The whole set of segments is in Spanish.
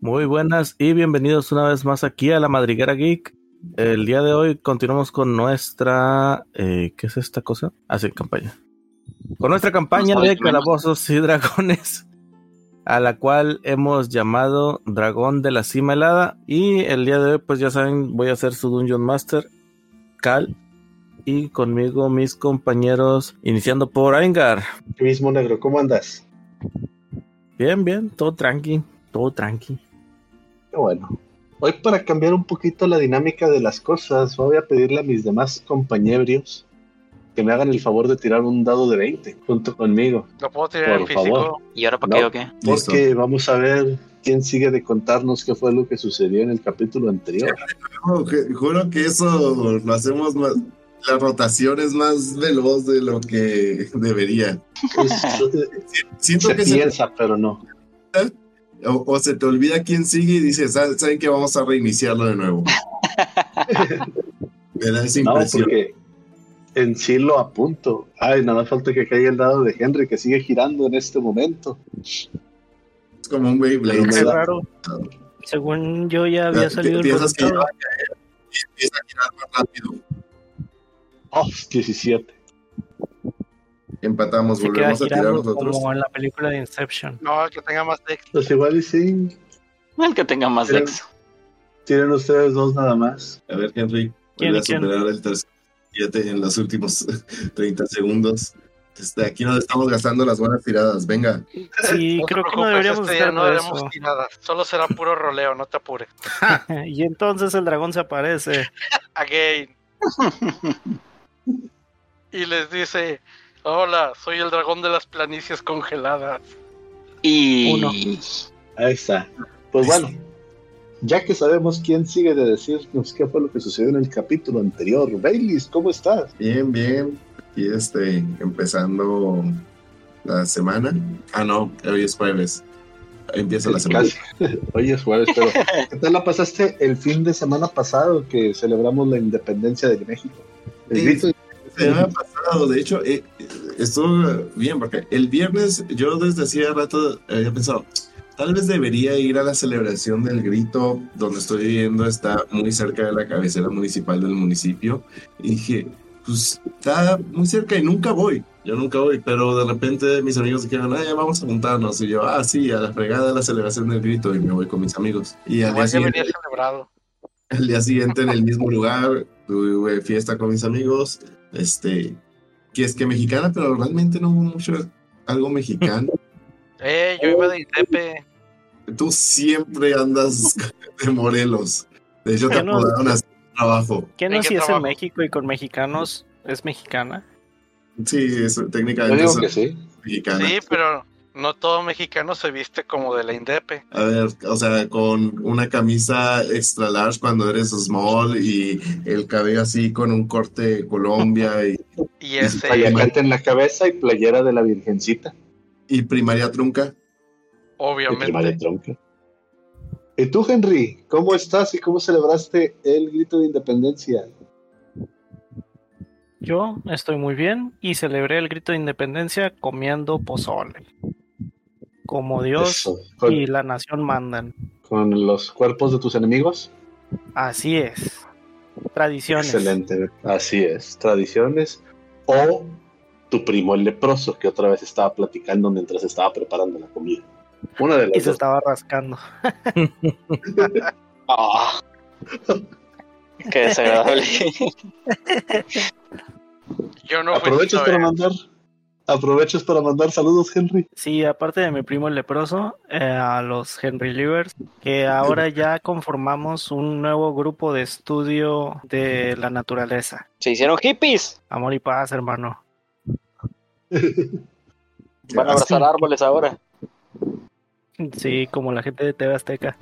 Muy buenas y bienvenidos una vez más aquí a la Madriguera Geek. El día de hoy continuamos con nuestra. eh, ¿Qué es esta cosa? Así, campaña. Con nuestra campaña de calabozos y dragones, a la cual hemos llamado Dragón de la Cima Helada. Y el día de hoy, pues ya saben, voy a ser su Dungeon Master, Cal. Y conmigo mis compañeros, iniciando por Aingar. Tú mismo negro, ¿cómo andas? Bien, bien, todo tranqui, todo tranqui. Qué bueno. Hoy para cambiar un poquito la dinámica de las cosas, voy a pedirle a mis demás compañeros que me hagan el favor de tirar un dado de 20 junto conmigo, ¿Lo puedo tirar en Por físico? favor. ¿Y ahora para qué No. o qué? Listo. porque vamos a ver quién sigue de contarnos qué fue lo que sucedió en el capítulo anterior. No, que- juro que eso lo hacemos más. La rotación es más veloz de lo que debería. Pues, Siento se que se- piensa, pero no. o, o se te olvida quién sigue y dices, "Ah, ¿saben que Vamos a reiniciarlo de nuevo. Me da esa No, impresión. porque en sí lo apunto. Ay, nada más falta que caiga el dado de Henry, que sigue girando en este momento. Es como un Beyblade. Pero me Qué da- raro. Según yo ya había Pi- salido el Piensas que ya va resultado. a caer y empieza a girar más rápido. Oh, 17. Empatamos, Se queda volvemos a tirar girando nosotros. como en la película de Inception. No, el que tenga más dex. Pues igual y sí, El que tenga más Pero- sexo. tienen ustedes dos nada más. A ver, Henry, ¿Quién, vuelve a quién? superar el tercer 7 en los últimos 30 segundos. Este, aquí nos estamos gastando las buenas tiradas. Venga, Sí, No te creo que no preocupes, deberíamos este día estar no de haremos eso. tiradas. Solo será puro roleo, no te apures. Y entonces el dragón se aparece. Again. Y les dice: Hola, soy el dragón de las planicies congeladas. y Uno. Ahí está. Pues Ahí bueno, ya que sabemos quién sigue de decirnos qué fue lo que sucedió en el capítulo anterior, Baileys, ¿cómo estás? bien, bien. Aquí este, empezando la semana. Ah, no, hoy es jueves. Empieza la semana. Casi. Hoy es jueves, pero ¿qué tal la pasaste el fin de semana pasado que celebramos la independencia de México? El Sí. grito- Se me ha Este pasado, de hecho, eh, eh, estuvo bien, porque el viernes yo desde hacía rato había pensado, tal vez debería ir a la celebración del grito donde estoy viviendo, está muy cerca de la cabecera municipal del municipio, y dije, pues está muy cerca y nunca voy, yo nunca voy, pero de repente mis amigos dijeron, ah, ya vamos a juntarnos, y yo, ah, sí, a la fregada de la celebración del grito, y me voy con mis amigos. Y al día Igual ya siguiente- venía celebrado. al día siguiente en el mismo lugar, tuve fiesta con mis amigos, este, que es que mexicana, pero realmente no hubo mucho algo mexicano. Eh, yo iba de Itepe. Tú siempre andas de Morelos. De hecho, te Bueno. apodaron así en trabajo. ¿Quién ¿En así qué es en trabajo? México y con mexicanos es mexicana? Sí, eso, Yo técnicamente digo es que sí. mexicana. Sí, pero no todo mexicano se viste como de la Indepe. A ver, o sea, con una camisa extra large cuando eres small y el cabello así con un corte de Colombia y, Y ese, Payacate en la cabeza y playera de la Virgencita. y primaria Y trunca. primaria obviamente. tronca. ¿Y tú, Henry? ¿Cómo estás y cómo celebraste el grito de independencia? Yo estoy muy bien y celebré el grito de independencia comiendo pozole. Como Dios Eso, con- y la nación mandan. con los cuerpos de tus enemigos. Así es. Tradiciones. Excelente, así es. Tradiciones o tu primo el leproso, que otra vez estaba platicando mientras estaba preparando la comida. Una de Y las se dos. estaba rascando. Ah. Qué desagradable. Yo no fui. Aprovechas esta para vez. mandar. Aprovechas para mandar saludos, Henry. Sí, aparte de mi primo el leproso, eh, a los Henry Livers, que ahora ya conformamos un nuevo grupo de estudio de la naturaleza. Se hicieron hippies. Amor y paz, hermano. Van a abrazar árboles ahora. Sí, como la gente de TV Azteca.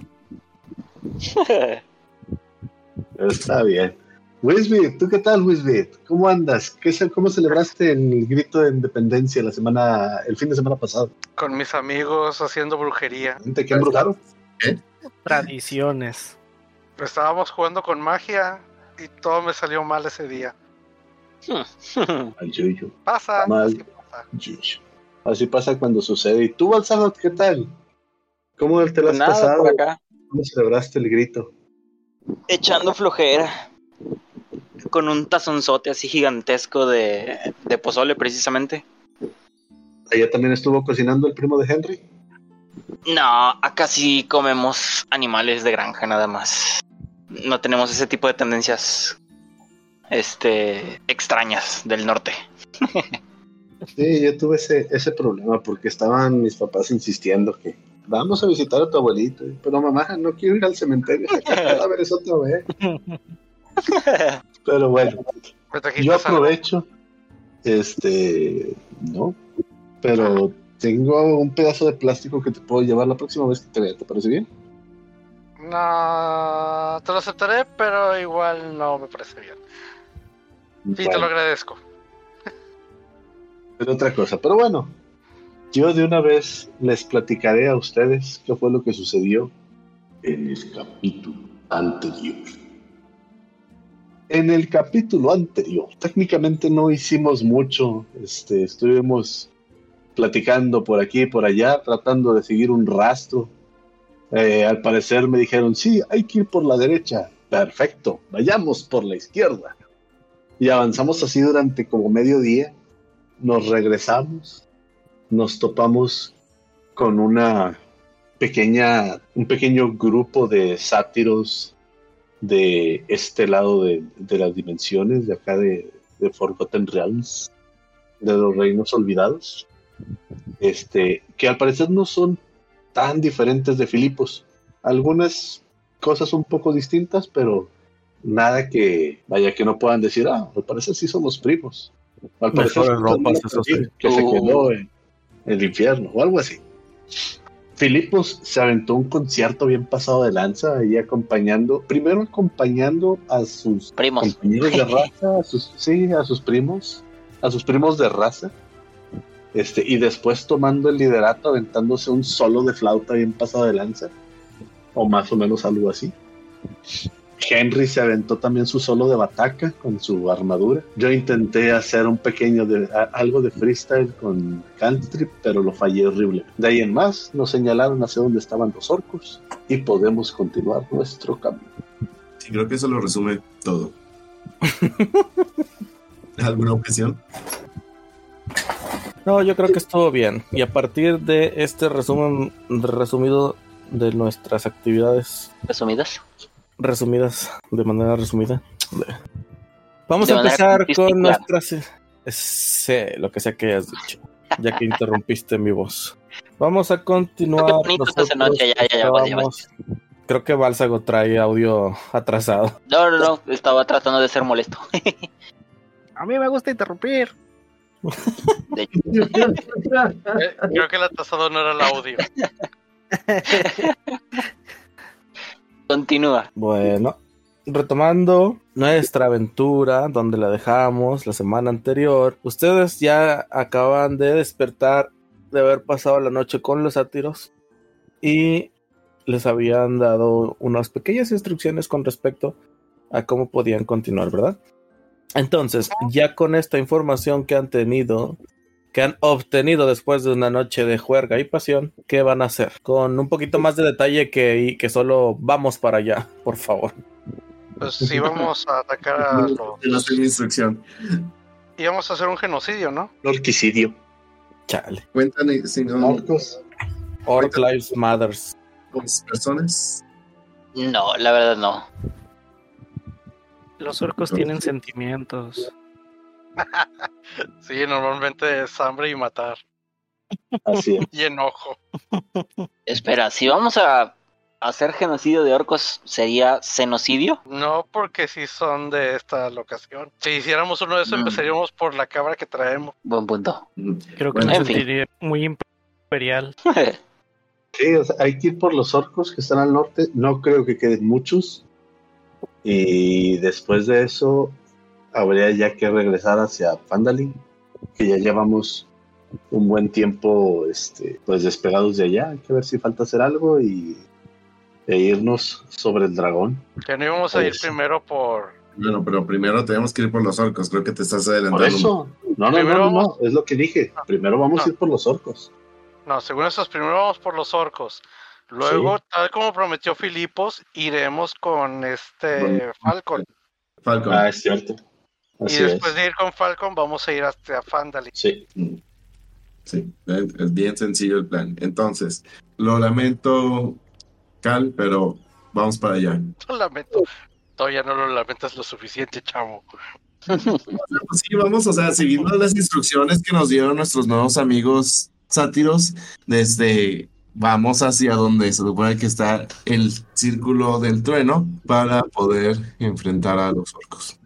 Está bien. Wisbit, ¿tú qué tal, Wisbit? ¿Cómo andas? ¿Qué, ce- ¿Cómo celebraste el grito de independencia la semana, el fin de semana pasado? Con mis amigos haciendo brujería. ¿Te qué embrujaron? Tradiciones. Estábamos jugando con magia y todo me salió mal ese día. Al yuyu, Pasa, Mal. así pasa. yuyu. Así pasa cuando sucede. ¿Y tú, Balsado, qué tal? ¿Cómo te lo has Pues Nada pasado? por acá. ¿Cómo celebraste el grito? Echando flojera. Con un tazonzote así gigantesco de, de pozole, precisamente. Allá también estuvo cocinando el primo de Henry. No, acá sí comemos animales de granja nada más. No tenemos ese tipo de tendencias este extrañas del norte. Sí, yo tuve ese, ese problema porque estaban mis papás insistiendo que vamos a visitar a tu abuelito. Pero mamá, no quiero ir al cementerio, a ver eso otra vez. Pero bueno, Me trajiste yo esa- aprovecho, este, no, pero tengo un pedazo de plástico que te puedo llevar la próxima vez que te vea, ¿te parece bien? No, te lo aceptaré, pero igual no me parece bien. Sí, te lo Bueno. agradezco. Pero otra cosa. Pero bueno, yo de una vez les platicaré a ustedes qué fue lo que sucedió en el capítulo anterior. En el capítulo anterior, técnicamente no hicimos mucho. Este, estuvimos platicando por aquí y por allá, tratando de seguir un rastro. Eh, al parecer me dijeron, sí, hay que ir por la derecha. Perfecto, vayamos por la izquierda. Y avanzamos así durante como medio día nos regresamos, nos topamos con una pequeña, un pequeño grupo de sátiros de este lado de, de las dimensiones, de acá de, de Forgotten Realms, de los reinos olvidados, este, que al parecer no son tan diferentes de Filipos. Algunas cosas un poco distintas, pero nada que, vaya, que no puedan decir, ah, al parecer sí somos primos. O Al parecer Mejores son ropas, una eso sí. familia que se Oh. quedó en el infierno o algo así. Filipos se aventó un concierto bien pasado de lanza ahí acompañando, primero acompañando a sus Primos. compañeros de raza, a sus, sí, a sus primos, a sus primos de raza, este, y después tomando el liderato, aventándose un solo de flauta bien pasado de lanza, o más o menos algo así. Henry se aventó también su solo de bataca con su armadura. Yo intenté hacer un pequeño, de, a- algo de freestyle con Cantrip, pero lo fallé horrible. De ahí en más, nos señalaron hacia donde estaban los orcos y podemos continuar nuestro camino. Sí, creo que eso lo resume todo. ¿Alguna objeción? No, yo creo que estuvo bien. Y a partir de este resumen resumido de nuestras actividades Resumidas. resumidas, de manera resumida, vamos De a manera empezar contextual. con nuestras... Sé lo que sea que hayas dicho, ya que interrumpiste mi voz. Vamos a continuar. Qué bonito se hace Nosotros noche, ya, ya, ya, vale, ya, vale. estábamos- Creo que Bálsago trae audio atrasado. No, no, no, estaba tratando de ser molesto. A mí me gusta interrumpir. De hecho, Eh, Creo que el atasado no era el audio. continúa. Bueno, retomando nuestra aventura donde la dejamos la semana anterior, ustedes ya acaban de despertar de haber pasado la noche con los sátiros y les habían dado unas pequeñas instrucciones con respecto a cómo podían continuar, ¿verdad? Entonces, ya con esta información que han tenido, que han obtenido después de una noche de juerga y pasión, ¿qué van a hacer? Con un poquito más de detalle que, y que solo vamos para allá, por favor. Pues sí, vamos a atacar a los. Yo no sé mi instrucción. Íbamos a hacer un genocidio, ¿no? Orquicidio. Chale. Cuentan si no, Orcos. Orc Lives Matters. pues, personas. No, la verdad no. Los orcos tienen sentimientos. Sí, normalmente es hambre y matar. Así es. Y enojo. Espera, si vamos a hacer genocidio de orcos, ¿sería genocidio? No porque sí son de esta locación. Si hiciéramos uno de esos, Mm. empezaríamos por la cabra que traemos. Buen punto. Creo que Bueno, me en fin. sentiría muy imperial. Sí, o sea, hay que ir por los orcos que están al norte. No creo que queden muchos. Y después de eso, habría ya que regresar hacia Pandalin, que ya llevamos un buen tiempo este, pues despegados de allá. Hay que ver si falta hacer algo y, e irnos sobre el dragón. Que no íbamos a Ahí ir sí. primero por. Bueno, pero primero tenemos que ir por los orcos. Creo que te estás adelantando. Por eso, no, no, no, Primero no, no, vamos- es lo que dije. Primero vamos a ir por los orcos. No, según estos, primero vamos por los orcos. Luego, tal como prometió Filipos, iremos con este Bueno. Falcon. Falcon. Ah, es cierto. Así y después es. de ir con Falcon, vamos a ir hasta Fandali. Sí. Sí, es es bien sencillo el plan. Entonces, lo lamento, Cal, pero vamos para allá. Lo lamento. Todavía no lo lamentas lo suficiente, chavo. Pues sí, vamos, o sea, siguiendo las instrucciones que nos dieron nuestros nuevos amigos sátiros, desde vamos hacia donde se supone que está el círculo del trueno para poder enfrentar a los orcos.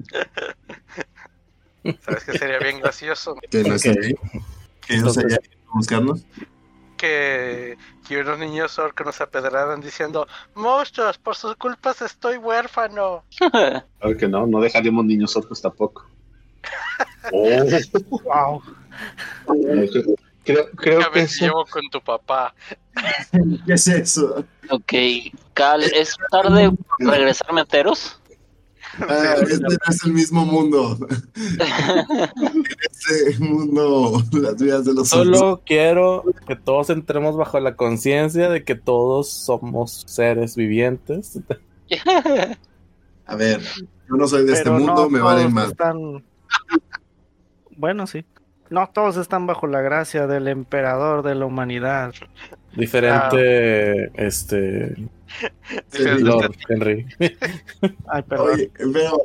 Sabes que sería bien gracioso Que no esté ahí, que ellos Entonces- hayan ido a buscarnos. que, que unos niños orcos nos apedraran diciendo: Monstruos, por sus culpas estoy huérfano. Claro que no, no dejaremos niños orcos tampoco. Oh, Wow. creo- creo, Ya creo que ves, eso- llevo con tu papá. ¿Qué es eso? ok, Cal, ¿es tarde regresar meteros? Ah, este no es el mismo mundo. Este mundo, las vidas de los orcos. Solo quiero que todos entremos bajo la conciencia de que todos somos seres vivientes. A ver, yo no soy de este Pero no mundo, me vale todos más. están- Bueno, sí. No todos están bajo la gracia del emperador de la humanidad. Diferente, este, Dices, Ah. Sí, Lord Henry. Ay, perdón. Oye, pero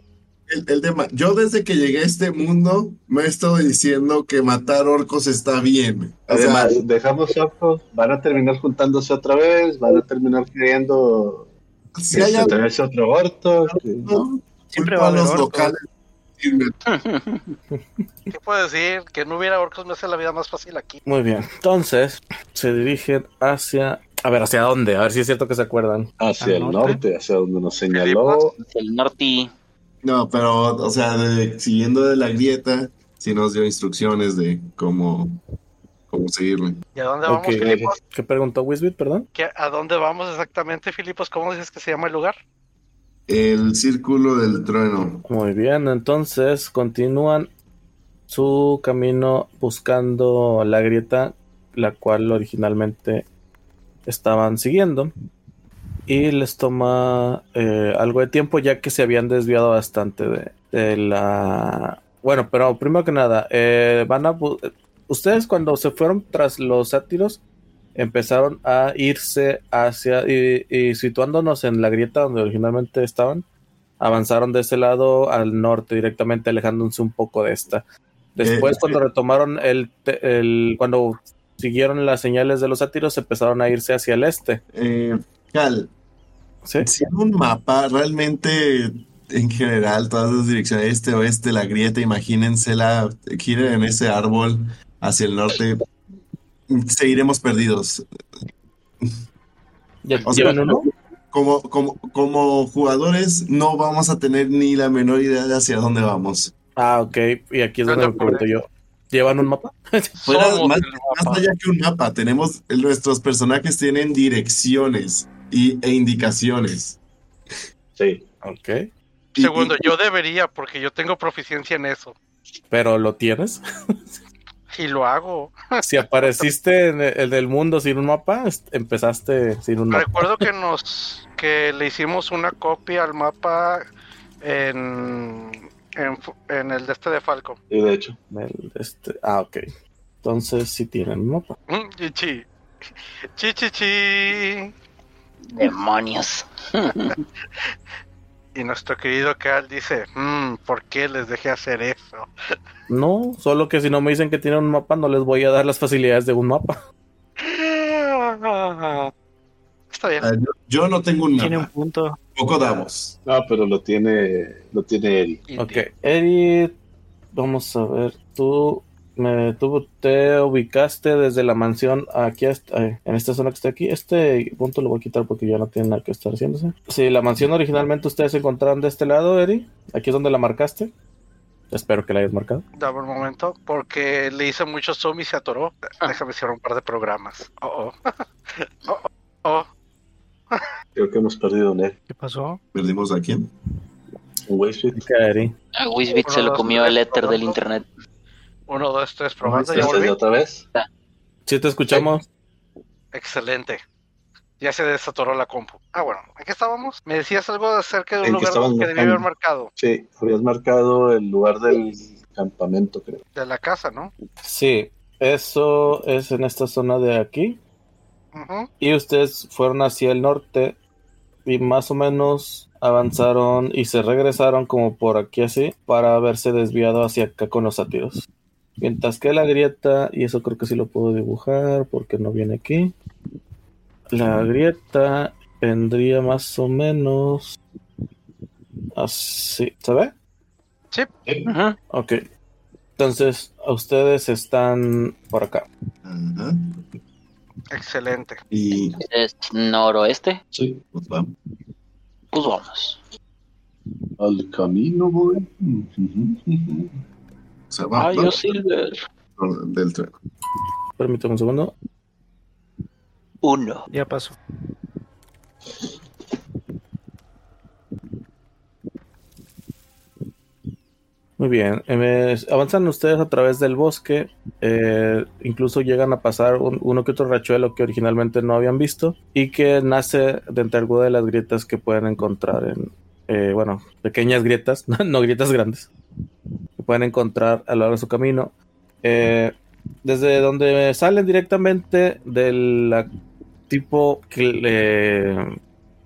el, el tema, yo desde que llegué a este mundo me he estado diciendo que matar orcos está bien. O sea, Además, dejamos orcos, van a terminar juntándose otra vez, van a terminar creando si hay este, algo, otra vez otro aborto. que- ¿no? Siempre culpa a va a haber los orcos. locales. Decirme, ¿Qué puedo decir? Que no hubiera orcos me hace la vida más fácil aquí. Muy bien. Entonces, se dirigen hacia. A ver, ¿hacia dónde? A ver si es cierto que se acuerdan. Hacia ¿Al el norte? norte, hacia donde nos señaló. El norte. No, pero, o sea, de- siguiendo de la grieta, sí nos dio instrucciones de cómo, cómo seguirle. ¿Y a dónde vamos, Ok. Filipos? ¿Qué preguntó Wisbit, perdón? ¿Qué- ¿A dónde vamos exactamente, Filipos? ¿Cómo dices que se llama el lugar? El círculo del trueno. Muy bien. Entonces, continúan su camino buscando la grieta, la cual originalmente estaban siguiendo. Y les toma eh, algo de tiempo, ya que se habían desviado bastante de, de la. Bueno, pero primero que nada, eh, van a. bu- Ustedes, cuando se fueron tras los sátiros, empezaron a irse hacia. Y, y situándonos en la grieta donde originalmente estaban, avanzaron de ese lado al norte directamente, alejándose un poco de esta. Después, Eh, cuando retomaron el, te- el. Cuando siguieron las señales de los sátiros, empezaron a irse hacia el este. Eh, Cal, ¿Sí? si en un mapa realmente en general todas las direcciones este oeste la grieta imagínensela giren en ese árbol hacia el norte seguiremos perdidos Ya O sea, llevan uno. como, como, como jugadores no vamos a tener ni la menor idea de hacia dónde vamos Ah, ok. Y aquí es No donde te me pregunto yo. ¿Llevan un mapa? Fuera, Somos más- el mapa. más allá que un mapa tenemos nuestros personajes tienen direcciones y, e indicaciones Sí. Ok. Y- Segundo, y- yo debería, porque yo tengo proficiencia en eso. Pero lo tienes. Y lo hago. Si apareciste en el del mundo sin un mapa, es- empezaste sin un mapa. Recuerdo que nos que le hicimos una copia al mapa en, en, Fu- en el de este de Falco. Y de hecho, El- este, ah, ok. Entonces sí tienen un mapa. Mm, y Chi, chi, chi, chi. Demonios. Y nuestro querido Cal dice, "Mm, ¿por qué les dejé hacer eso? No, solo que si no me dicen que tienen un mapa, no les voy a dar las facilidades de un mapa. Está bien. Ah, yo, yo no tengo un Tiene un mapa punto. poco damos no, Ah, pero lo tiene, lo tiene Eddie. Ok. Eri, vamos a ver. Tú, me, tú te ubicaste desde la mansión aquí hasta, eh, en esta zona que está aquí. Este punto lo voy a quitar porque ya no tiene nada que estar haciéndose. Sí, la mansión originalmente ustedes se encontraron de este lado, Eri. Aquí es donde la marcaste. Espero que la hayas marcado. Dame un momento, porque le hice mucho zoom y se atoró. Ah. Déjame cerrar un par de programas. Oh, oh. Oh, oh. Creo que hemos perdido un Eddie. ¿Qué pasó? perdimos a quién Un Westfield. Ok, Eri. A Wisbit se lo comió el éter del internet. Uno, dos, tres, probando. ¿Ya Ya estás volví. otra vez? Si te escuchamos, Excelente. Ya se desatoró la compu. Ah, bueno, aquí estábamos? Me decías algo acerca de un En que lugar estaban que debía haber marcando. marcado, Sí, habías marcado el lugar del campamento, creo. de la casa, ¿no? Sí, eso es en esta zona de aquí. Ujú. Y ustedes fueron hacia el norte y más o menos avanzaron y se regresaron como por aquí así para haberse desviado hacia acá con los sátiros. Mientras que la grieta, y eso creo que sí lo puedo dibujar porque no viene aquí. La grieta vendría más o menos así. ¿Se ve? Ujú. Ok. Entonces, ustedes están por acá. Ajá. Excelente. Y Es noroeste. Sí. pues vamos. Pues vamos. Al camino voy. O sea, vamos. Ay, Ah, yo Silver. por- Del tren. Permítame un segundo. Uno. Ya pasó. Muy bien, em, es- avanzan ustedes a través del bosque, eh, incluso llegan a pasar un- uno que otro rachuelo que originalmente no habían visto y que nace dentro alguna de las grietas que pueden encontrar en, eh, bueno, pequeñas grietas, no, no grietas grandes, que pueden encontrar a lo largo de su camino. Eh, desde donde salen directamente del la- tipo, cl- eh,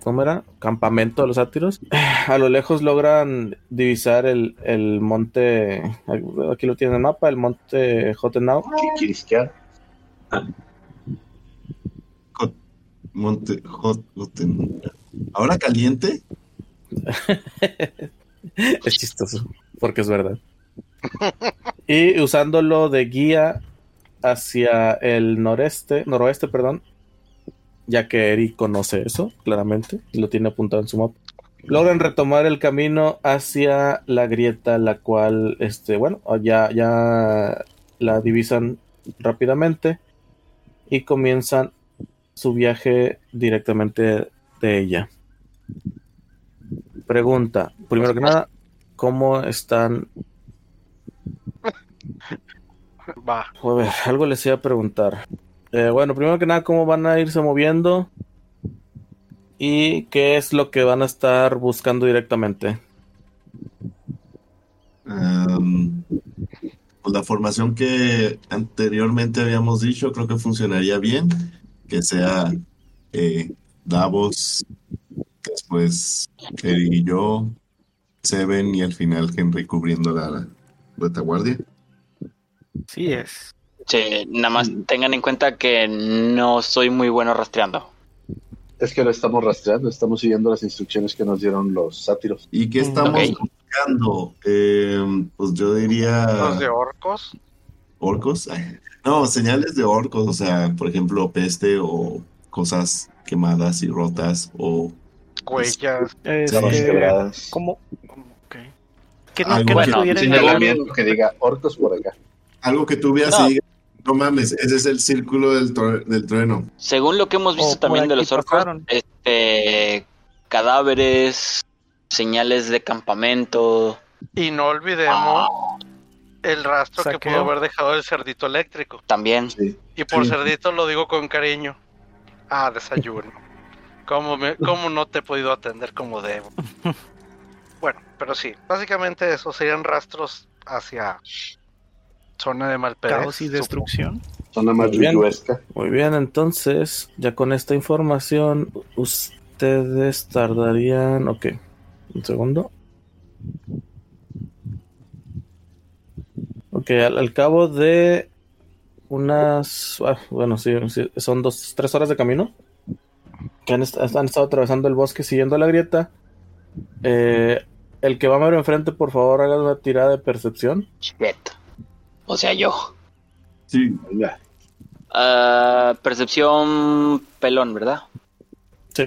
¿cómo era? Campamento de los sátiros, a lo lejos logran divisar el, el monte. Aquí lo tiene el mapa, el monte Jotenau. Chiquisquear. Jot- Monte. Jot- Joten- Ahora caliente. Es chistoso, porque es verdad. Y usándolo de guía hacia el noreste, noroeste, perdón, ya que Eri conoce eso, claramente, y lo tiene apuntado en su mapa. Logran retomar el camino hacia la grieta, la cual, este, bueno, ya, ya la divisan rápidamente y comienzan su viaje directamente de ella. Pregunta, primero que nada, ¿cómo están Va. A ver, algo les iba a preguntar. Eh, bueno, primero que nada, ¿cómo van a irse moviendo? ¿Y qué es lo que van a estar buscando directamente? Am, pues la formación que anteriormente habíamos dicho, creo que funcionaría bien. Que sea eh, Davos, después Eric y yo, Seven y al final Henry cubriendo la retaguardia. Sí es. Sí, nada más tengan en cuenta que no soy muy bueno rastreando. Es que lo estamos rastreando, estamos siguiendo las instrucciones que nos dieron los sátiros. ¿Y qué Mm, estamos ok. buscando? Eh, pues yo Ah. Los de diría orcos. orcos. No, señales de orcos, o sea, por ejemplo, peste o cosas quemadas y rotas o Huellas. Garras Sí. Este, quebradas. ¿Cómo? Ok. Que no, Algo que no bueno, estuviera Un en el área. señalamiento que diga orcos por acá. algo que tú veas No. y digas, no mames, ese es el círculo del, tro- del trueno. Según lo que hemos visto O por también de aquí los orcos, pasaron. este, cadáveres, señales de campamento. Y no olvidemos el rastro que Saqueo. pudo haber dejado el cerdito eléctrico. También. Sí. Y por Sí. cerdito lo digo con cariño. Ah, desayuno. ¿Cómo, me- cómo no te he podido atender como debo? Bueno, pero sí, básicamente eso serían rastros hacia zona de Malpedez. pues, Caos y supongo. destrucción. Zona Muy más bien. lluesca. Muy bien, entonces, ya con esta información, ustedes tardarían. Ok, un segundo. Ok, al, al cabo de unas. ah, bueno, sí, sí, son dos, tres horas de camino. Que han, est- han estado atravesando el bosque siguiendo la grieta. Eh, el que va mero enfrente, por favor, haga una tirada de percepción. Shit. O sea, yo. Sí, Venga. Ah, percepción pelón, ¿verdad? Sí.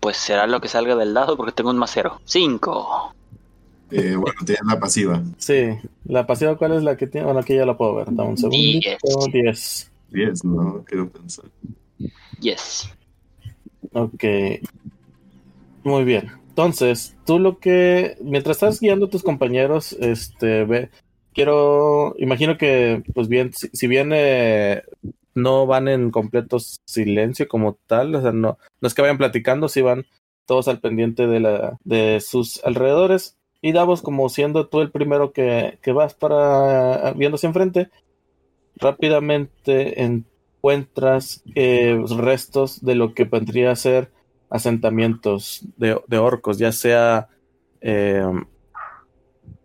Pues será lo que salga del lado porque tengo un más cero. Cinco. eh, bueno, tienen la pasiva. Sí, la pasiva, ¿cuál es la que tiene? Bueno, aquí ya la puedo ver. Dame un segundo. Diez. 10. 10, no quiero pensar. Yes. Ok. Muy bien. Entonces, tú lo que. Mientras estás guiando a tus compañeros, este. Ve, quiero. Imagino que, pues bien, si, si bien eh, no van en completo silencio como tal, o sea, no, no es que vayan platicando, si van todos al pendiente de, la, de sus alrededores. Y Davos, como siendo tú el primero que, que vas para viéndose enfrente, rápidamente encuentras eh, restos de lo que vendría a ser asentamientos de, de orcos, ya sea, eh,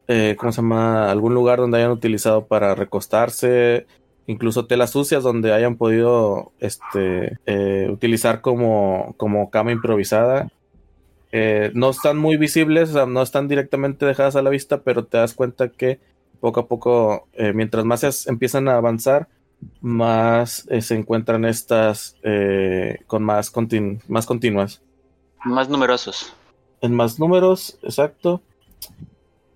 eh, ¿cómo se llama? Algún lugar donde hayan utilizado para recostarse, incluso telas sucias donde hayan podido este, eh, utilizar como, como cama improvisada. Eh, no están muy visibles, o sea, no están directamente dejadas a la vista, pero te das cuenta que poco a poco, eh, mientras más se as- empiezan a avanzar, más eh, se encuentran estas eh, con más, continu- más continuas. Más numerosos. En más números, exacto.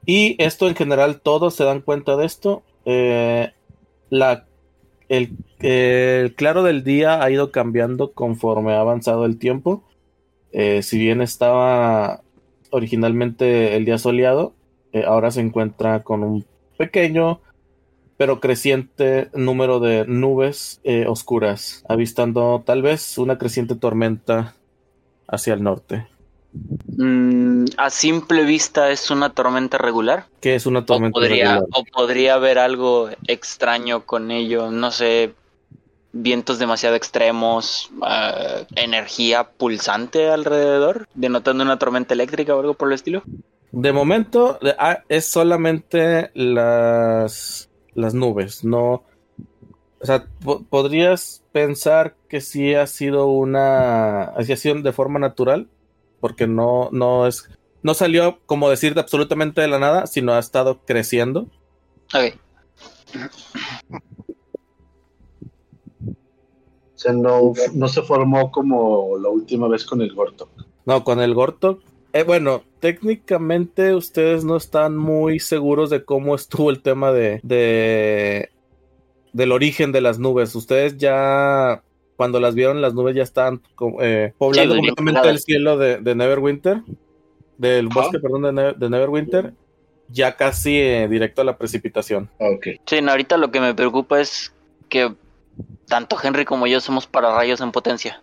Y esto en general, todos se dan cuenta de esto. Eh, la, el, el claro del día ha ido cambiando conforme ha avanzado el tiempo. Eh, si bien estaba originalmente el día soleado, eh, ahora se encuentra con un pequeño pero creciente número de nubes eh, oscuras, avistando tal vez una creciente tormenta hacia el norte. Mm, a simple vista es una tormenta regular. que es una O tormenta podría, irregular. o podría haber algo extraño con ello. No sé, vientos demasiado extremos, ah, energía pulsante alrededor, denotando una tormenta eléctrica o algo por el estilo. De momento de- ah, es solamente las, las nubes, no. O sea, po- podrías pensar que sí ha sido una. Así ha sido de forma natural, porque no, no es. No salió, como decir, de absolutamente de la nada, sino ha estado creciendo. Ok, O sea, no, no se formó como la última vez con el Gorto. No, con el Gortok. Eh, bueno, técnicamente ustedes no están muy seguros de cómo estuvo el tema de, de- del origen de las nubes. Ustedes ya cuando las vieron las nubes ya estaban co- eh, poblando Sí, completamente vinculadas. el cielo de, de Neverwinter, del Ajá. bosque, perdón, de, Ne- de Neverwinter, ya casi eh, directo a la precipitación. Ah, ok. sí, no, ahorita lo que me preocupa es que tanto Henry como yo somos pararrayos en potencia.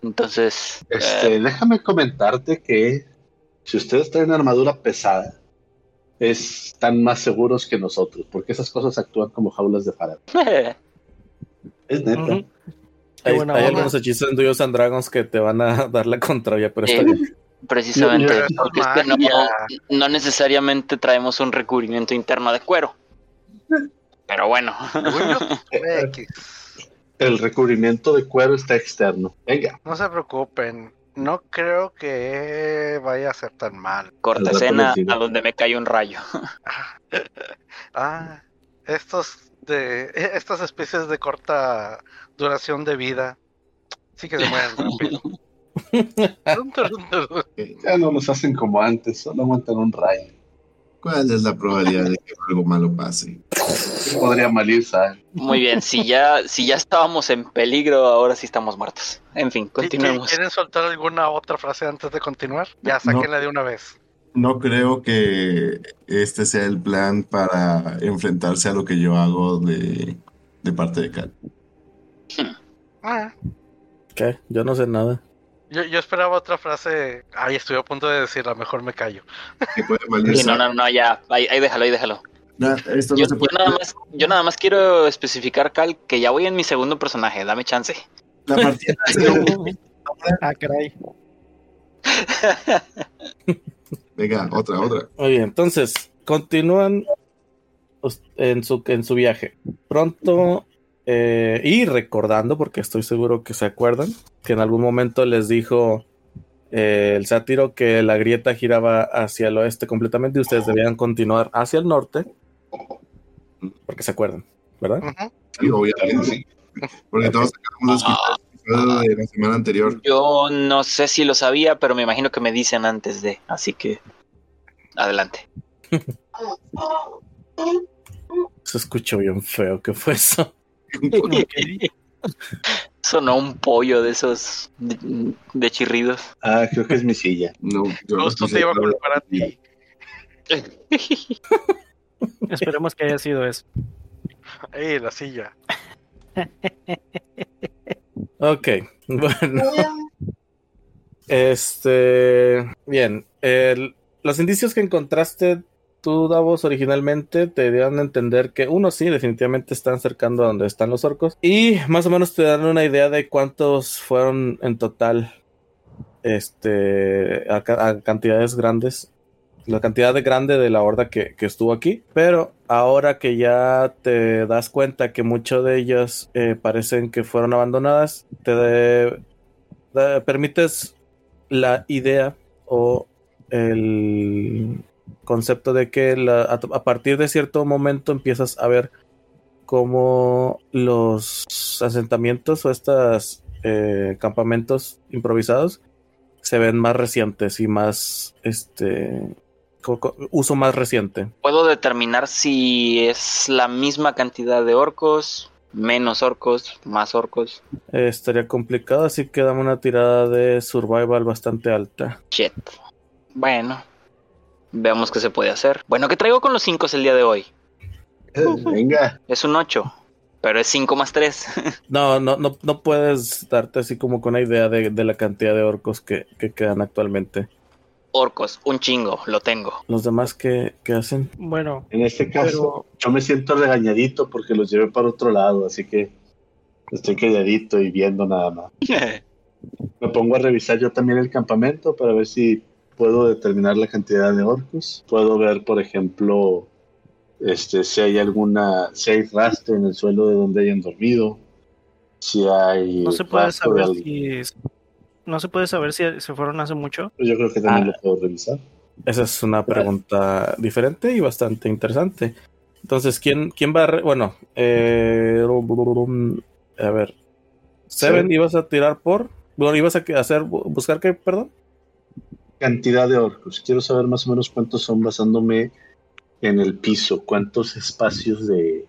Entonces, eh, Este, déjame comentarte que si ustedes traen armadura pesada, están más seguros que nosotros, porque esas cosas actúan como jaulas de Faraday. eh, Es neta. Ujú. Qué Hay, buena hay onda. algunos hechizos en Dungeons and Dragons que te van a dar la contraria, pero está Sí. bien. precisamente, Pero eso es porque es que Este no, magia. no necesariamente traemos un recubrimiento interno de cuero. Pero bueno. Según yo, X. El recubrimiento de cuero está externo. Venga, No se preocupen. No creo que vaya a ser tan mal. Corta Al rato escena les digo. a donde me cae un rayo. Ah, estos de eh, estas especies de corta duración de vida sí que se mueren rápido. Dun, dun, dun, dun. ya no nos hacen como antes, solo aguantan un rayo. ¿Cuál es la probabilidad de que algo malo pase? ¿Qué podría malir, saben? Muy bien, si ya, si ya estábamos en peligro, ahora sí estamos muertos. En fin, ¿Y qué- continuemos. ¿Quieren soltar alguna otra frase antes de continuar? Ya, sáquenla de una vez. No creo que este sea el plan para enfrentarse a lo que yo hago de, de parte de Cal. Ah, ¿Qué? Yo no sé nada. yo, yo esperaba otra frase. Ay, estoy a punto de decirla, mejor me callo. Que puede valer Sí, no, sa- no, no, ya, ahí, ahí déjalo, ahí déjalo. Na- esto no Yo, se yo puede- nada más, yo nada más quiero especificar, Cal, que ya voy en mi segundo personaje, dame chance. La partida Ah, caray. Venga, otra, otra. Muy bien, entonces continúan us- en su, en su viaje. Pronto, eh, y recordando, porque estoy seguro que se acuerdan, que en algún momento les dijo eh, el sátiro que la grieta giraba hacia el oeste completamente y ustedes debían continuar hacia el norte, porque se acuerdan, ¿verdad? Ujú. Sí, obviamente sí. Porque todos acabamos de escuchar el episodio de la semana anterior. Yo no sé si lo sabía, pero me imagino que me dicen antes de, así que adelante. Se escuchó bien feo, ¿qué fue eso? Sonó un pollo de esos de, de chirridos. Ah, creo que es mi silla. No, yo no Justo escuché te iba a nada. culpar a ti. Esperemos que haya sido eso. Ey, la silla. Ok, bueno. Este. Bien. el- los indicios que encontraste tú, Davos, originalmente te dieron a entender que, uno, sí, definitivamente están acercando a donde están los orcos. Y más o menos te dan una idea de cuántos fueron en total. Este. A, ca- a cantidades grandes. La cantidad de grande de la horda que, que estuvo aquí. Pero ahora que ya te das cuenta que muchos de ellas eh, parecen que fueron abandonadas, te, de- da- permites la idea o el concepto de que la- a, a partir de cierto momento empiezas a ver cómo los asentamientos o estos campamentos improvisados se ven más recientes y más este co- co- uso más reciente. Puedo determinar si es la misma cantidad de orcos, menos orcos, más orcos. Eh, estaría complicado, así que dame una tirada de survival bastante alta. Shit. Bueno, veamos qué se puede hacer. Bueno, ¿qué traigo con los 5 el día de hoy? Eh, Venga, Es un 8, pero es 5 más 3. No, no, no, no puedes darte así como con una idea de, de la cantidad de orcos que, que quedan actualmente. orcos, un chingo, lo tengo. Los demás que, hacen. Bueno, en este caso, pero yo me siento regañadito porque los llevé para otro lado, así que estoy calladito y viendo nada más. Me pongo a revisar yo también el campamento para ver si puedo determinar la cantidad de orcos. Puedo ver, por ejemplo, este, si hay alguna, si hay rastro en el suelo de donde hayan dormido, si hay. no se puede rastro de saber algo. si no se puede saber si se fueron hace mucho. Yo creo que también Ah. lo puedo revisar. Esa es una Pues, pregunta diferente y bastante interesante. Entonces, ¿quién, quién va a... re- bueno, eh, a ver. Seven, Seven. ibas a tirar por... Bueno, ibas a que- hacer... Buscar qué, perdón. Cantidad de orcos. Quiero saber más o menos cuántos son basándome en el piso, cuántos espacios de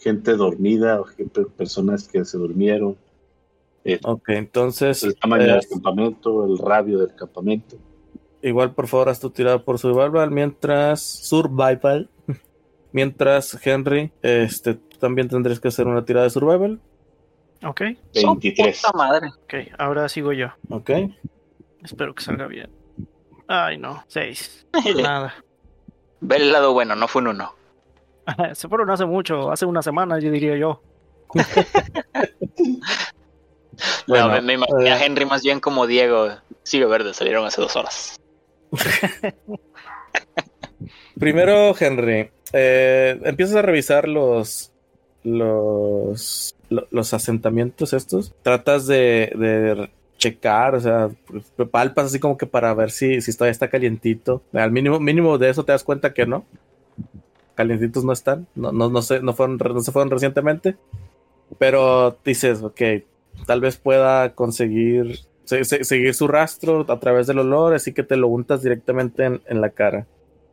gente dormida o que- personas que se durmieron, Ok, entonces... el tamaño eh, del campamento, el radio del campamento. Igual, por favor, haz tu tirada por survival. Mientras. Survival. Mientras, Henry, este, tú también tendrías que hacer una tirada de survival. Ok, Son 23. puta madre. ok, ahora sigo yo. Ok. Espero que salga bien. Ay, no, seis. Nada. Ve el lado bueno, no fue un 1. Se fueron hace mucho, hace una semana, yo diría yo. Bueno, me, me imaginé a eh. Henry más bien como Diego. Sigue verde, salieron hace dos horas. Primero, Henry, eh, empiezas a revisar los los lo- los asentamientos estos. Tratas de, de checar, o sea, palpas así como que para ver si, si todavía está calientito. Al mínimo mínimo de eso te das cuenta que no. Calientitos no están, no no no se no fueron no se fueron recientemente. Pero dices, ok, tal vez pueda conseguir se- se- seguir su rastro a través del olor, así que te lo untas directamente en- en la cara.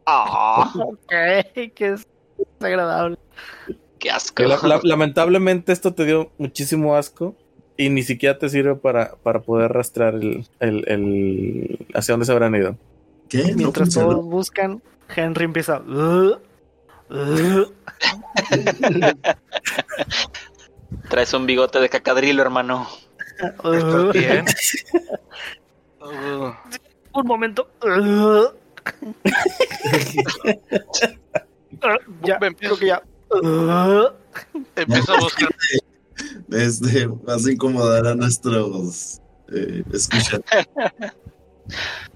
Ah, Ok, que es desagradable. ¡Qué asco! Que la- la- lamentablemente esto te dio muchísimo asco y ni siquiera te sirve para, para poder rastrear el, el- el- hacia dónde se habrán ido. ¿Qué? No Mientras funcionó. todos buscan, Henry empieza. "Ugh, ugh". Traes un bigote de cacadrilo, hermano. ¿Estás ¿eh? bien? Un momento. "Ugh". Ah, ya, Me creo que ya. "Ugh". Empiezo a buscar Este, vas a incomodar a nuestros eh, escuchas.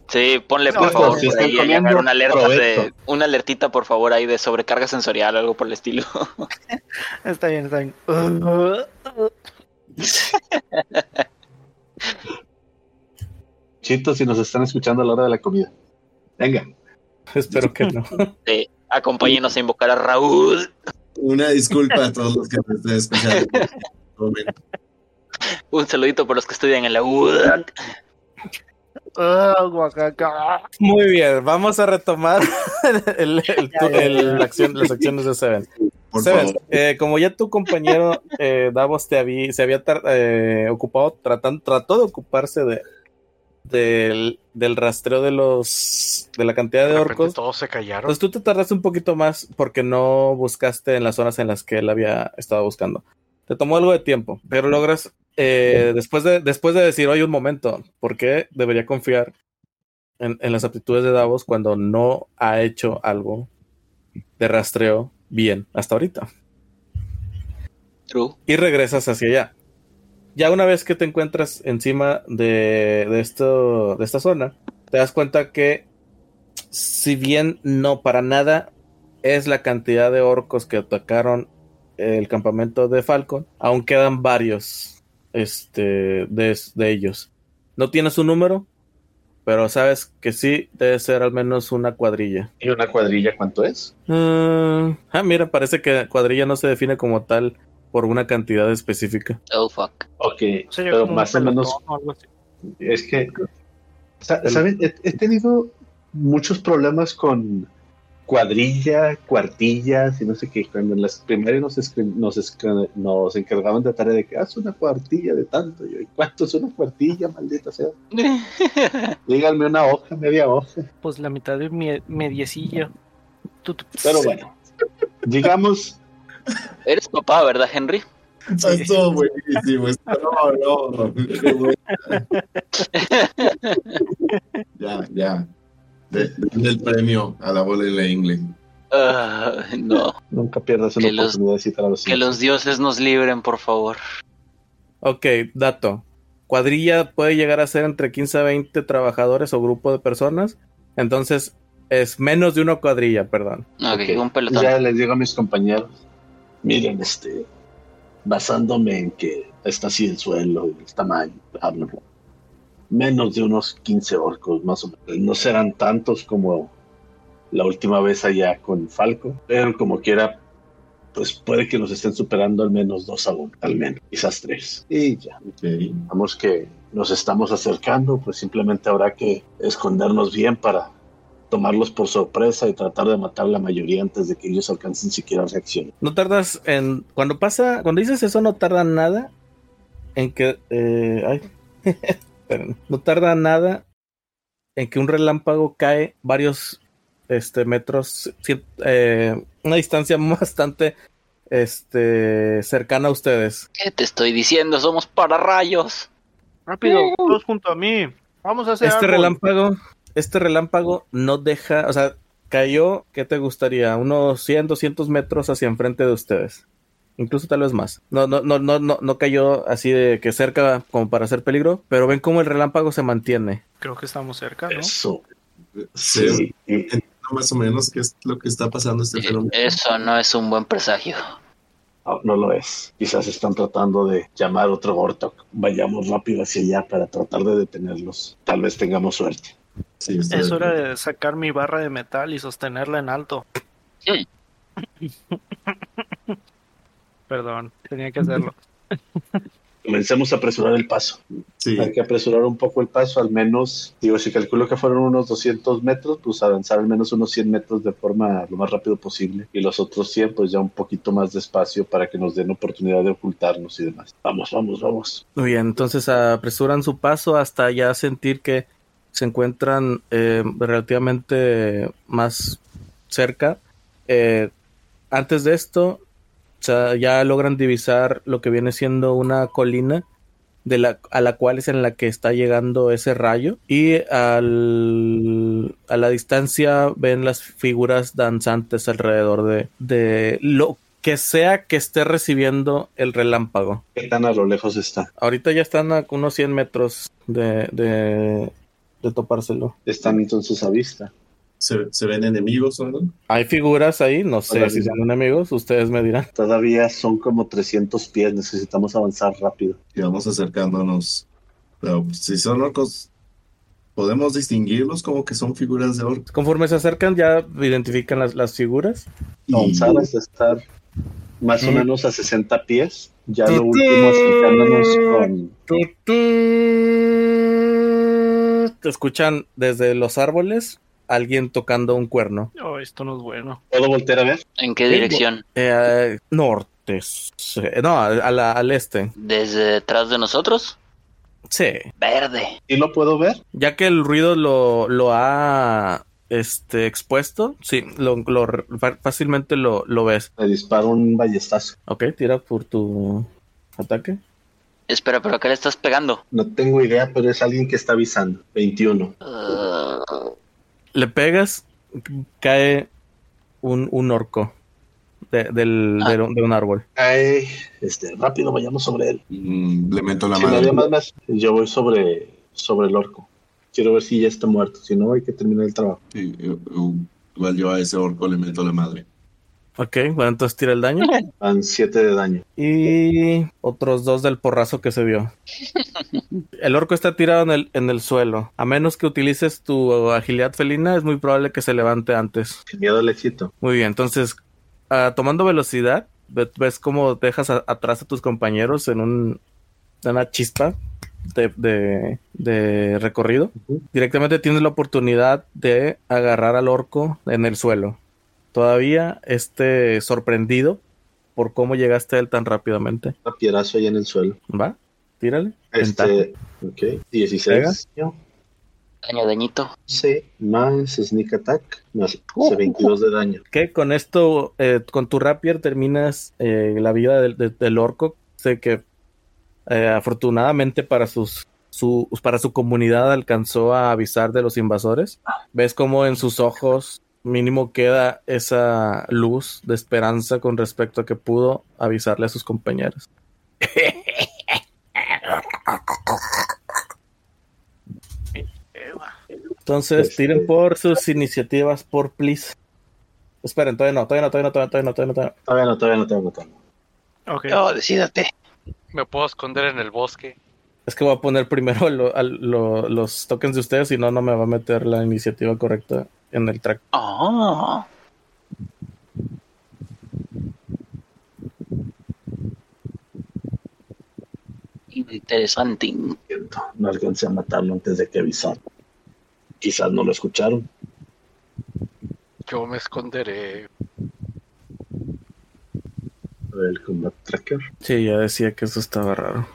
Sí, ponle No, por no, favor si por están ahí a comiendo, llegar una alerta de provecho. una alertita por favor ahí de sobrecarga sensorial o algo por el estilo. Está bien, está bien. "Ugh". Chito, si nos están escuchando a la hora de la comida. Venga. Espero que no. Sí, acompáñenos a invocar a Raúl. Una disculpa a todos los que me estén escuchando. Momento. Un saludito por los que estudian en la UDAC. "Ah, guacaca". Muy bien, vamos a retomar el- el- el- la acción- las acciones de Seven. Por Sebas, favor. eh, como ya tu compañero eh, Davos te habí- se había tar- eh, ocupado, tratan- trató de ocuparse de, del, del rastreo de los de la cantidad De de repente orcos. todos se callaron. Pues tú te tardaste un poquito más porque no buscaste en las zonas en las que él había estado buscando. Te tomó algo de tiempo, pero logras, eh, después, de, después de decir, oye, un momento, ¿por qué debería confiar en, en las aptitudes de Davos cuando no ha hecho algo de rastreo bien hasta ahorita? True. y regresas hacia allá. Ya una vez que te encuentras encima de, de esto, de esta zona, te das cuenta que, si bien no para nada es la cantidad de orcos que atacaron el campamento de Falcon, aún quedan varios este, de, de ellos. No tienes un número, pero sabes que sí debe ser al menos una cuadrilla. ¿Y una cuadrilla cuánto es? Ah, ah, mira, parece que cuadrilla no se define como tal por una cantidad específica. Oh, fuck. Ok, O sea, yo pero como un más o pelotón menos o algo así. Es que, sa- ¿saben? He, he tenido muchos problemas con cuadrilla, cuartillas y no sé qué. Cuando en las primarias nos, escri- nos, escri- nos encargaban de la tarea de que haz una cuartilla de tanto. Yo, ¿y cuánto es una cuartilla, maldita sea? Díganme una hoja, media hoja. Pues la mitad de mi mediecillo. Tu- tu- Pero bueno, llegamos. Eres papá, ¿verdad, Henry? Eso estuvo buenísimo. esto- No, no. qué bueno. ya, ya. De- Denle el premio a la bola en la ingle. Ah, no. Nunca pierdas una Que los- oportunidad de citar a los Que los dioses nos libren, por favor. Ok, dato. Cuadrilla puede llegar a ser entre 15 a 20 trabajadores o grupo de personas. Entonces es menos de una cuadrilla, perdón. Ok, Ok. un pelotón. Ya les digo a mis compañeros, miren, este, basándome en que está así el suelo, el tamaño, bla, bla, bla, menos de unos 15 orcos más o menos. No serán tantos como la última vez allá con Falco, pero como quiera, pues puede que nos estén superando al menos dos a uno, al menos, quizás tres. Y ya Ok. digamos que nos estamos acercando, pues simplemente habrá que escondernos bien para tomarlos por sorpresa y tratar de matar a la mayoría antes de que ellos alcancen siquiera reaccionar. No tardas en. Cuando pasa. Cuando dices eso, no tarda nada en que. eh, ay. espérenme. no tarda nada en que un relámpago cae varios este, metros. sí, eh, una distancia bastante este, cercana a ustedes. ¿Qué te estoy diciendo? Somos para rayos. Rápido, todos junto a mí. Vamos a hacer Este algo. relámpago. Este relámpago no deja. O sea, cayó. ¿Qué te gustaría? Unos 100, 200 metros hacia enfrente de ustedes. Incluso tal vez más. No, no, no, no, no, no cayó así de que cerca como para hacer peligro. Pero ven cómo el relámpago se mantiene. Creo que estamos cerca, ¿no? Eso, Sí, sí. más o menos qué es lo que está pasando este Eh, fenómeno. Eso no es un buen presagio. No, no lo es. Quizás están tratando de llamar otro Gortok. Vayamos rápido hacia allá para tratar de detenerlos. Tal vez tengamos suerte. Sí, estoy Es de hora acuerdo. de sacar mi barra de metal y sostenerla en alto. Sí. Perdón, tenía que hacerlo. Comencemos a apresurar el paso. Sí, Hay que apresurar un poco el paso, al menos, digo, si calculo que fueron unos 200 metros, pues avanzar al menos unos 100 metros de forma lo más rápido posible. Y los otros 100, pues ya un poquito más despacio para que nos den oportunidad de ocultarnos y demás. Vamos, vamos, vamos. Muy bien, entonces apresuran su paso hasta ya sentir que se encuentran eh, relativamente más cerca. Eh, antes de esto, o sea, ya logran divisar lo que viene siendo una colina de la, a la cual es en la que está llegando ese rayo. Y al, a la distancia ven las figuras danzantes alrededor de, de lo que sea que esté recibiendo el relámpago. ¿Qué tan a lo lejos está? Ahorita ya están a unos 100 metros de, de, de topárselo. Están entonces a vista. se, se ven enemigos o algo. Hay figuras ahí, no sé Hola, si Lisa. son enemigos, ustedes me dirán. Todavía son como 300 pies, necesitamos avanzar rápido. y vamos acercándonos. Pero pues, si son orcos, podemos distinguirlos como que son figuras de orcos. Conforme se acercan ya identifican las, las figuras. Avanzadas de estar más o Mm. menos a 60 pies. Ya lo Tutu. último, acercándonos con Te escuchan desde los árboles alguien tocando un cuerno. Oh, esto no es bueno. ¿Puedo voltear a ver? ¿En qué Sí, dirección? Eh, norte. sí. No, al- a la- al este. ¿Desde detrás de nosotros? Sí. Verde. ¿Y lo puedo ver? Ya que el ruido lo, lo ha este, expuesto, sí, lo, lo- fácilmente lo, lo ves. Le disparo un ballestazo. Ok, tira por tu ¿Ataque? Espera, pero ¿a qué le estás pegando? No tengo idea, pero es alguien que está avisando. 21. Ah, Le pegas, cae un, un orco de, del, Ah. de un- de un árbol. Ay, este, rápido, vayamos sobre él. Mm, le meto la Si mano. nadie más, más, yo voy sobre, sobre el orco. Quiero ver si ya está muerto. Si no, hay que terminar el trabajo. Sí, eh, eh, igual yo a ese orco le meto la madre. Ok, bueno, entonces tira el daño. Van 7 de daño. Y otros dos del porrazo que se dio. El orco está tirado en el, en el suelo. A menos que utilices tu agilidad felina, es muy probable que se levante antes. Sin miedo al éxito. Muy bien, entonces, ah, tomando velocidad, ve- ves cómo dejas a- atrás a tus compañeros en un, en una chispa de, de- de recorrido. Ujú. Directamente tienes la oportunidad de agarrar al orco en el suelo. Todavía este sorprendido por cómo llegaste a él tan rápidamente. Un pierazo ahí en el suelo. ¿Va? Tírale. Ventaja. Este, ok, 16. daño, dañito. 11 más Sneak Attack más 22 de daño. que con esto, eh, con tu rapier terminas eh, la vida del, de- del orco. Sé que eh, afortunadamente para sus su, para su comunidad alcanzó a avisar de los invasores. Ves como en sus ojos mínimo queda esa luz de esperanza con respecto a que pudo avisarle a sus compañeros. Entonces Este- tiren por sus iniciativas por please. Esperen, todavía no, todavía no, todavía no, todavía no, todavía no, todavía no. Todavía no, todavía no, todavía no. todavía no. Ok. Oh, decídate. Me puedo esconder en el bosque. Es que voy a poner primero lo- al- lo- los tokens de ustedes, si no, no me va a meter la iniciativa correcta en el track. Oh, interesante. Siento, No alcancé a matarlo antes de que avisara. Quizás no lo escucharon. Yo me esconderé. A ver, El Combat Tracker. Sí, ya decía que eso estaba raro.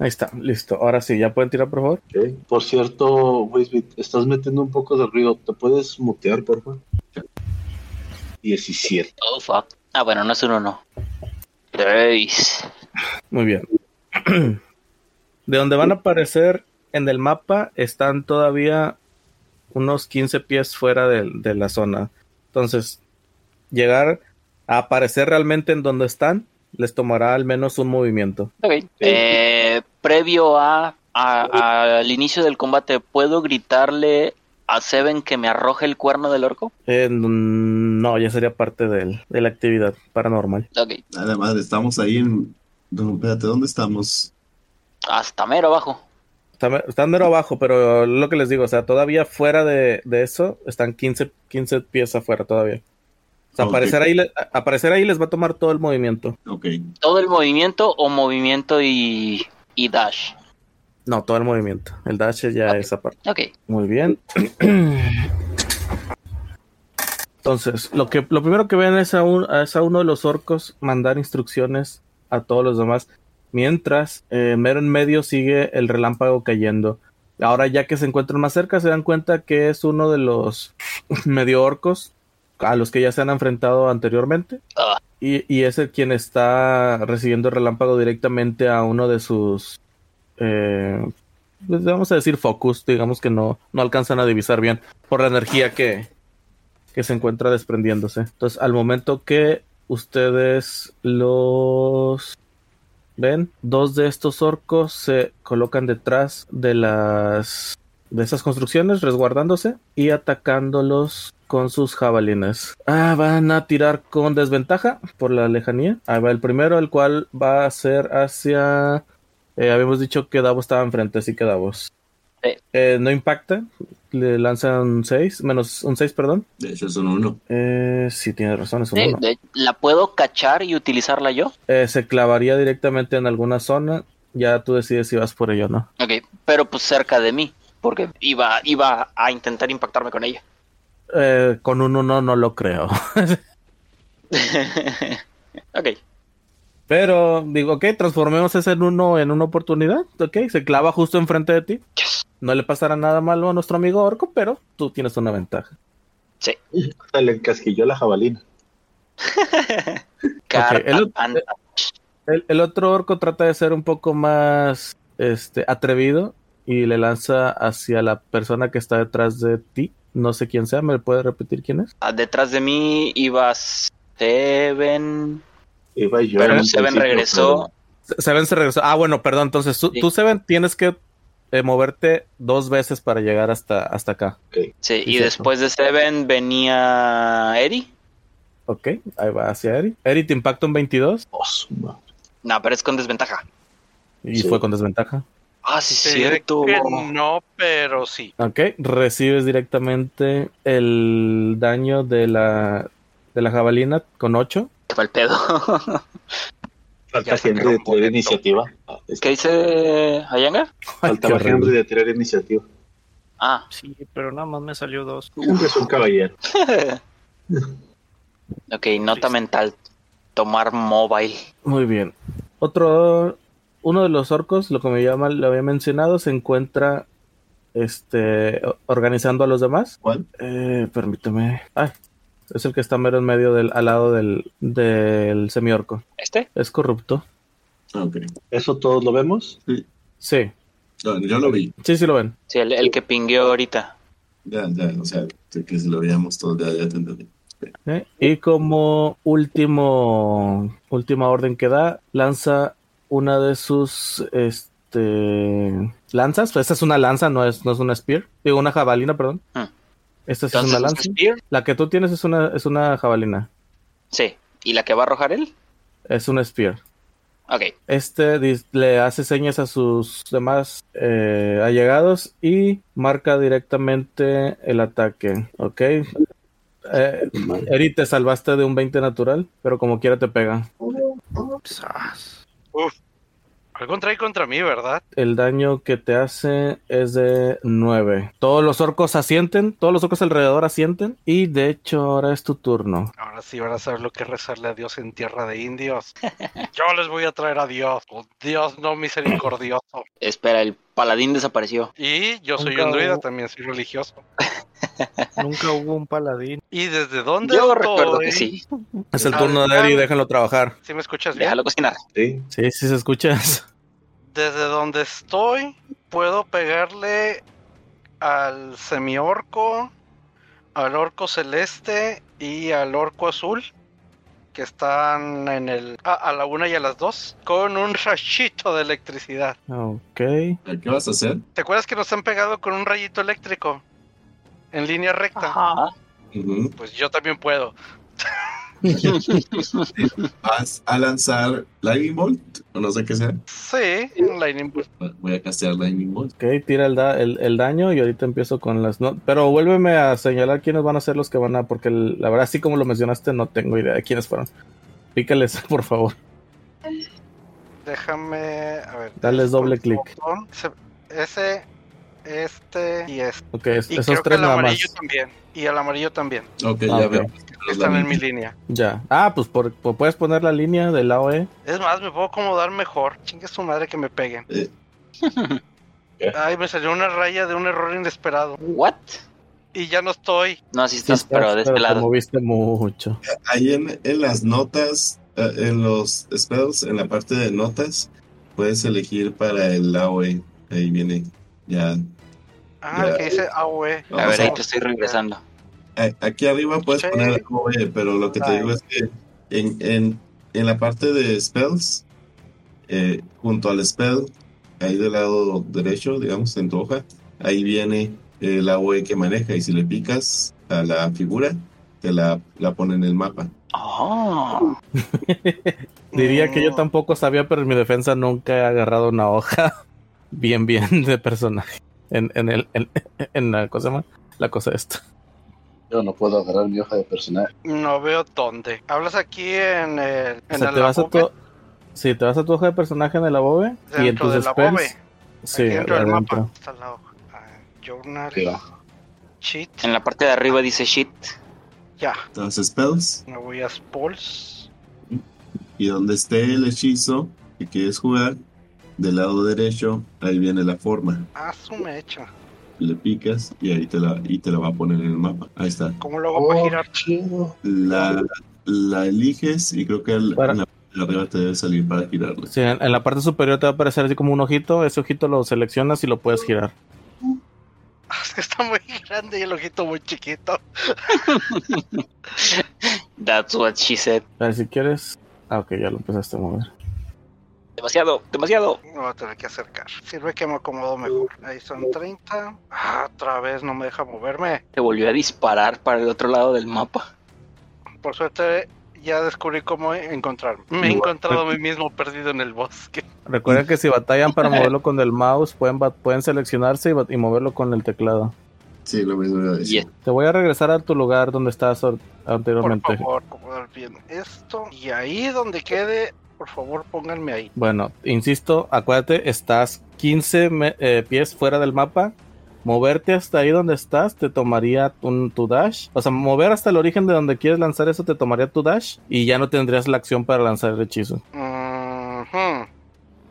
Ahí está, listo. Ahora sí, ¿ya pueden tirar, por favor? ok. Por cierto, Wisbit, estás metiendo un poco de ruido. ¿Te puedes mutear, por favor? 17. Oh, fuck. Ah, bueno, no es uno, no. Tres. Muy bien. De donde van a aparecer en el mapa están todavía unos 15 pies fuera de, de la zona. Entonces, llegar a aparecer realmente en donde están les tomará al menos un movimiento. Ok. Eh, previo a, a- al inicio del combate, ¿puedo gritarle a Seven que me arroje el cuerno del orco? Eh, no, ya sería parte del- de la actividad paranormal. Ok. Nada madre, estamos ahí en. No, espérate, ¿dónde estamos? Hasta mero abajo. Están, están mero abajo, pero lo que les digo, o sea, todavía fuera de, de eso están 15, 15 pies afuera todavía. O sea, Ok. aparecer, ahí, le- aparecer ahí les va a tomar todo el movimiento. Ok. ¿Todo el movimiento o movimiento y, y dash? No, todo el movimiento. El dash ya es aparte. Ok. Muy bien. Entonces, lo que lo primero que ven es a, un- es a uno de los orcos mandar instrucciones a todos los demás. Mientras, eh, mero en medio sigue el relámpago cayendo. Ahora ya que se encuentran más cerca, se dan cuenta que es uno de los medio orcos a los que ya se han enfrentado anteriormente. Ah. Y, y es el quien está recibiendo el relámpago directamente a uno de sus eh, pues, vamos a decir focus, digamos que no, no alcanzan a divisar bien por la energía que, que se encuentra desprendiéndose. Entonces, al momento que ustedes los ven, dos de estos orcos se colocan detrás de las de esas construcciones, resguardándose y atacándolos con sus jabalines. Ah, van a tirar con desventaja por la lejanía. Ahí va el primero, el cual va a ser hacia eh, habíamos dicho que Davos estaba enfrente, así que Davos. Sí. Eh, no impacta, le lanzan un 6, menos un 6, perdón. De hecho, son uno. Eh, sí, tiene razón, es un Sí, uno. de- ¿La puedo cachar y utilizarla yo? Eh, se clavaría directamente en alguna zona, ya tú decides si vas por ella o no. Ok. Pero pues cerca de mí. Porque iba, iba a intentar impactarme con ella. Eh, con un 1 no lo creo. ok. Pero digo, ok, transformemos ese en 1 en una oportunidad, ok, se clava justo enfrente de ti. Yes. No le pasará nada malo a nuestro amigo Orco, pero tú tienes una ventaja. Le encasquilló la jabalina. Carta el- tanta. El, el otro orco trata de ser un poco más este, atrevido y le lanza hacia la persona que está detrás de ti. No sé quién sea, ¿me puede repetir quién es? Ah, Detrás de mí iba Seven. Iba yo. en Pero un Seven principio, regresó. Se- Seven se regresó. Ah, bueno, perdón. Entonces tú, Sí. tú, Seven, tienes que eh, moverte dos veces para llegar hasta, hasta acá. Sí, y cierto. después de Seven venía Eri. Ok, ahí va hacia Eri. Eri, te impacta un 22 pero- Oh, su madre. No, pero es con desventaja. y Sí. fue con desventaja. Ah, sí, Te diré cierto. que no, pero sí. Ok, recibes directamente el daño de la, de la jabalina con 8. Qué mal pedo. Falta Ya se Henry de acabó. tirar iniciativa. Ah, es- ¿Qué dice Ayanga? Faltaba Henry de tirar iniciativa. Ah. Sí, pero nada más me salió dos. Henry es un caballero. ok, nota mental. Tomar mobile. Muy bien. Otro, uno de los orcos, lo que me llama, lo había mencionado, se encuentra este o- organizando a los demás. ¿Cuál? Eh, permíteme. Ay, es el que está mero en medio del, al lado del, del semiorco. ¿Este? Es corrupto. Ah, ok. ¿Eso todos lo vemos? Sí, No, yo lo vi. sí, sí lo ven. Sí, el, el que pingueó ahorita. Ya, ya, o sea, de que se lo veíamos todo, ya, ya te entendí. ¿eh? Y como último, última orden que da, lanza una de sus este, lanzas. Esta es una lanza, no es, no es una spear. Digo, una jabalina, perdón. Ah. Esta sí es Entonces, una lanza. Spear. La que tú tienes es una, es una jabalina. Sí. ¿Y la que va a arrojar él? Es un spear. Ok. Este dis- le hace señas a sus demás eh, allegados y marca directamente el ataque. Ok. Eh, Eri, te salvaste de un 20 natural, pero como quiera te pega. Sas. Algún trae contra mí, ¿verdad? El daño que te hace es de 9. Todos los orcos asienten, todos los orcos alrededor asienten. Y de hecho, ahora es tu turno. Ahora sí van a saber lo que es rezarle a Dios en tierra de indios. Yo les voy a traer a Dios. Oh, Dios no misericordioso. Espera, el paladín desapareció. Y yo soy Nunca un druida, hubo- también soy religioso. Nunca hubo un paladín. ¿Y desde dónde Yo estoy? recuerdo que sí. Es el Ah, turno de Eri, déjalo trabajar. ¿Sí me escuchas bien? Déjalo cocinar. Sí. Sí, sí, se escuchas. Desde donde estoy, puedo pegarle al semiorco, al orco celeste y al orco azul, que están en el a, a la una y a las dos, con un rachito de electricidad. Ok. ¿A ¿Qué vas a hacer? ¿Te acuerdas que nos han pegado con un rayito eléctrico? En línea recta. Ajá. Ujú. Pues yo también puedo. ¿Vas a lanzar Lightning Bolt? O no sé qué sea. Sí, en Lightning Bolt. Voy a castear Lightning Bolt. Ok, tira el, da- el, el daño y ahorita empiezo con las... no- pero vuélveme a señalar quiénes van a ser los que van a... Porque el- la verdad, así como lo mencionaste, no tengo idea de quiénes fueron. Pícales, por favor. Déjame. A ver. Dales doble con clic. botón. Se- Ese, este y este. Ok, es- Y esos creo que tres al nada más. amarillo también. Y al amarillo también. Ok, Ah, ya ok. veo. que están en mi línea. Ya. Ah, pues, por, pues puedes poner la línea del lado E. Es más, me puedo acomodar mejor. Chingue su madre que me peguen. Eh. Ay, me salió una raya de un error inesperado. What? Y Y ya no estoy. No, así estás, Sí, pero de este te lado. moviste mucho. Ahí en, en las notas, eh, en los spells, en la parte de notas, puedes elegir para el AOE. Ahí viene. Ya. Ah, el Ya. que dice AOE. No, A ver, o ahí sea, te estoy regresando. a- aquí arriba puedes Sí. poner AOE, pero lo que te digo es que en, en, en la parte de spells, eh, junto al spell, ahí del lado derecho, digamos, en tu hoja, ahí viene eh, el AOE E que maneja. Y si le picas a la figura, te la, la pone en el mapa. Oh, Diría que yo Mm, tampoco sabía, pero en mi defensa nunca he agarrado una hoja bien, bien de personaje. En, en el... En, en la cosa más... La cosa esta. Yo no puedo agarrar mi hoja de personaje. No veo dónde. Hablas aquí en el. O En sea, el te vas a abobe, tu... Sí, te vas a tu hoja de personaje en el abobe y en Dentro tus del spells. abobe. Sí, aquí dentro del mapa. adentro. Está la hoja. Ah, Journal. Que va. Cheat. en la parte de arriba dice shit. Ya. Entonces, spells. Me voy a Spells. Y donde esté el hechizo que quieres jugar, del lado derecho, ahí viene la forma. Ah, su mecha. Le picas y ahí te la, y te la va a poner en el mapa. Ahí está. Oh, ¿Cómo lo hago para girar? chido. La, la eliges y creo que al- Para- en la de arriba te debe salir para girarla. Sí, en, en la parte superior te va a aparecer así como un ojito. Ese ojito lo seleccionas y lo puedes girar. Es que está muy grande y el ojito muy chiquito. That's what she said. A ver si quieres. Ah, ok, ya lo empezaste a mover. Demasiado, demasiado. Me voy a tener que acercar. Sirve que me acomodo mejor. Ahí son 30. Ah, otra vez no me deja moverme. Te volvió a disparar para el otro lado del mapa. Por suerte ya descubrí cómo encontrarme. Me he encontrado a mí mismo perdido en el bosque. Recuerda que si batallan para moverlo con el mouse, pueden, ba- pueden seleccionarse y, ba- y moverlo con el teclado. Sí, lo mismo iba a decir. Y es- Te voy a regresar a tu lugar donde estabas or- Por anteriormente. favor, acomodar bien esto. Y ahí donde quede, por favor, pónganme ahí. Bueno, insisto, acuérdate, estás 15 me- eh, pies fuera del mapa. Moverte hasta ahí donde estás te tomaría un, tu dash. O sea, mover hasta el origen de donde quieres lanzar eso te tomaría tu dash y ya no tendrías la acción para lanzar el hechizo. Ujú.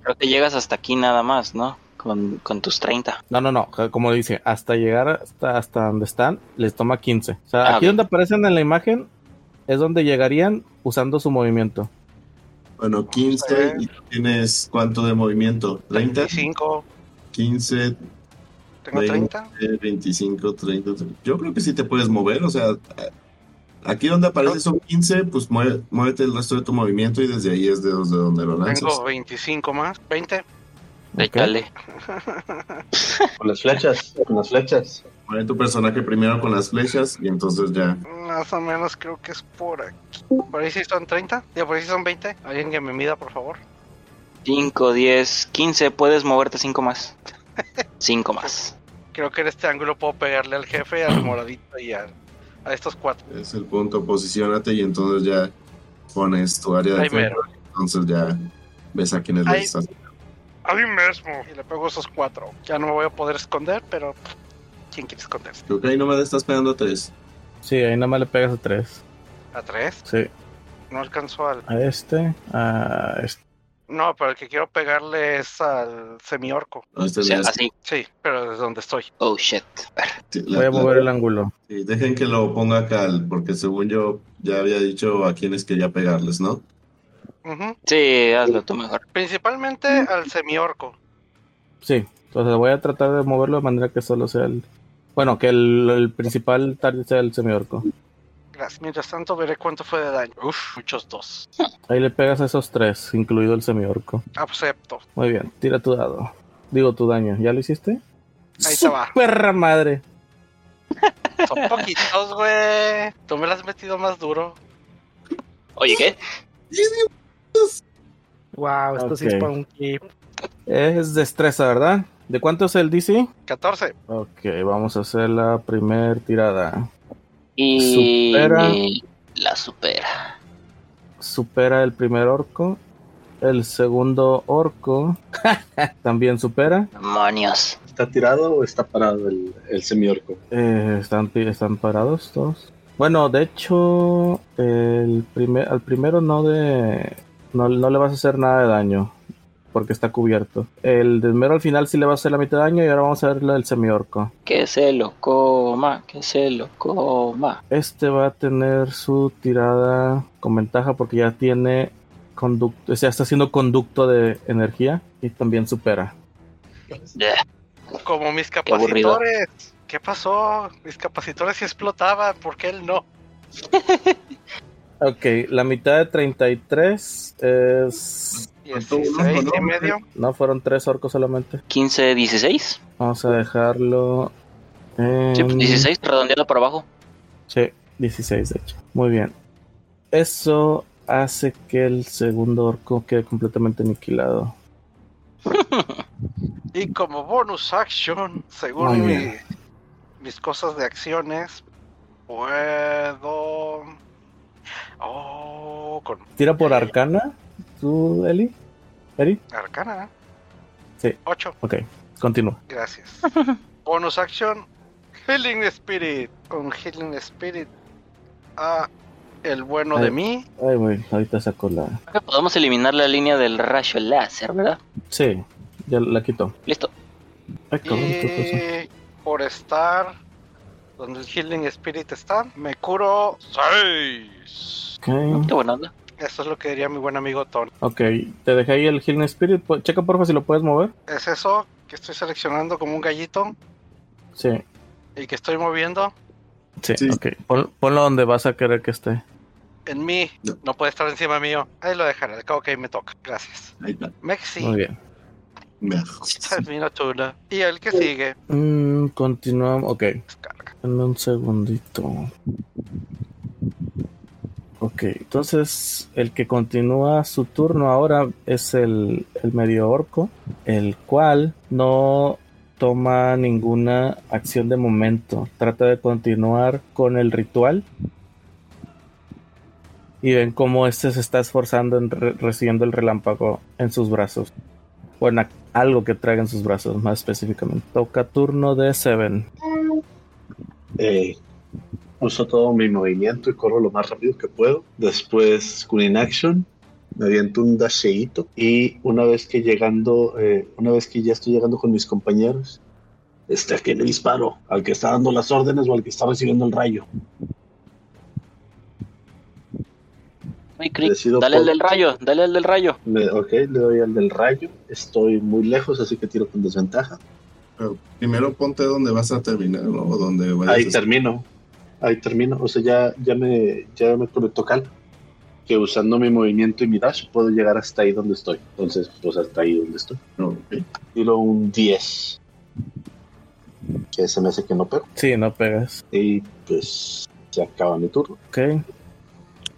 Creo que llegas hasta aquí nada más, ¿no? Con, con tus 30. No, no, no. Como dice, hasta llegar hasta, hasta donde están, les toma 15. O sea, Ah, aquí bien. donde aparecen en la imagen es donde llegarían usando su movimiento. Bueno, a 15 ver. y tienes cuánto de movimiento? 30, 25. 15, Tengo Veinte. 30. eh, 25, 30. 30. Yo creo que sí te puedes mover, o sea, eh, aquí donde aparece son 15, pues mueve- muévete el resto de tu movimiento y desde ahí es de desde donde lo lanzas. Tengo 25 más. 20. Ahí ¿ok? dale. Con las flechas, con las flechas. Mueve tu personaje primero con las flechas y entonces ya. Más o menos creo que es por aquí. Por ahí sí son 30. Ya por ahí sí son 20. Alguien que me mida, por favor. 5, 10, 15. Puedes moverte 5 más. 5 más. Creo que en este ángulo puedo pegarle al jefe, al moradito y a, a estos cuatro. Es el punto, posicionate y entonces ya pones tu área de Ahí fuego. Entonces ya ves a quiénes le Ahí. estás. A mí mismo. Y le pego a esos cuatro. Ya no me voy a poder esconder, pero pff, ¿quién quiere esconderse? Creo que ahí nomás le estás pegando a tres. Sí, ahí nada más le pegas a tres. ¿A tres? Sí, No alcanzó al. a este, a este. No, pero el que quiero pegarle es al semiorco. Ahí Pues está O sea, la- así. Sí, pero desde donde estoy. Oh shit. la- Voy a la- mover el ángulo. sí, dejen que lo ponga acá, porque según yo ya había dicho a quienes quería pegarles, ¿no? Ujú. Sí, hazlo tú mejor. Principalmente al semiorco. Sí, entonces voy a tratar de moverlo de manera que solo sea el. Bueno, que el, el principal target sea el semiorco. Gracias. Mientras tanto, veré cuánto fue de daño. Uf, muchos dos. Ahí le pegas a esos tres, incluido el semiorco. Acepto. Muy bien, tira tu dado. Digo tu daño, ¿ya lo hiciste? Ahí te va. ¡Su ¡Perra madre! Son poquitos, güey. Tú me las has metido más duro. Oye, ¿qué? Wow, esto sí es Ok. para un clip. Es destreza, ¿verdad? ¿De cuánto es el DC? 14. Ok, vamos a hacer la primer tirada. Y Supera. la supera. Supera el primer orco. El segundo orco también supera. Demonios. ¿Está tirado o está parado el, el semiorco? Eh, están, están parados todos. Bueno, de hecho, el primer, al primero no de no, no le vas a hacer nada de daño porque está cubierto. El del mero al final sí le va a hacer la mitad de daño y ahora vamos a ver el semiorco. Que se lo coma, que se lo coma. Este va a tener su tirada con ventaja porque ya tiene conducto, o sea, está haciendo conducto de energía y también supera. Bleh. Como mis aburrido. capacitores. ¿Qué pasó? Mis capacitores sí explotaban. ¿Por qué él no? Ok, la mitad de 33 es... Faltó uno, 16 y ¿no? medio. No, fueron tres orcos solamente. 15, 16. Vamos a dejarlo en... Sí, pues, 16, redondeando para abajo. Sí, 16 de hecho. Muy bien. Eso hace que el segundo orco quede completamente aniquilado. Y como bonus action, Muy según bien. mi- mis cosas de acciones, puedo. Oh, con Tira por arcana, tú, Eli. Eli, arcana. Sí. 8. ok, continúa. Gracias. Bonus action. Healing Spirit. Con Healing Spirit. A el bueno de Ahí. mí. Ay, güey, ahorita saco la. Creo que podemos eliminar la línea del rayo láser, ¿verdad? Sí, ya la quito. Listo. Eh. Ay, cabrón, qué cosa. Y por estar donde el Healing Spirit está. Me curo 6. Ok. Qué buena onda. Eso es lo que diría mi buen amigo Tony. Ok, te dejé ahí el Healing Spirit. Pu- Checa porfa si lo puedes mover. Es eso que estoy seleccionando como un gallito Sí, y que estoy moviendo sí, Sí. ok. Pon- ponlo donde vas a querer que esté. en mí. No. No puede estar encima mío. Ahí lo dejaré. Al cabo que ahí me toca. Gracias. Ahí está. Mexi. Muy bien. Me- Termino turno. Y el que sigue. Mm, continuamos. Ok, Descarga. dame un segundito. Ok, entonces el que continúa su turno ahora es el, el medio orco, el cual no toma ninguna acción de momento. Trata de continuar con el ritual. Y ven cómo este se está esforzando en re- recibiendo el relámpago en sus brazos. Bueno, algo que traiga en sus brazos, más específicamente. Toca turno de Seven. Eh, uso todo mi movimiento y corro lo más rápido que puedo. Después, con Inaction, me aviento un dasheito. Y una vez que llegando, eh, una vez que ya estoy llegando con mis compañeros, este, ¿a quién le disparo? ¿Al que está dando las órdenes o al que está recibiendo el rayo? Uy, Crick, Decido Dale el por- del rayo, dale el del rayo. Le- ok, le doy al del rayo. Estoy muy lejos, así que tiro con desventaja. Pero primero ponte donde vas a terminar, ¿no? O donde vayas Ahí a- termino. Ahí termino. O sea, ya, ya me, ya me conectó Cal. Que usando mi movimiento y mi dash puedo llegar hasta ahí donde estoy. Entonces, pues hasta ahí donde estoy. No, ok. Tiro un 10. Que se me hace que no pego. Sí, no pegas. Y pues se acaba mi turno. Ok.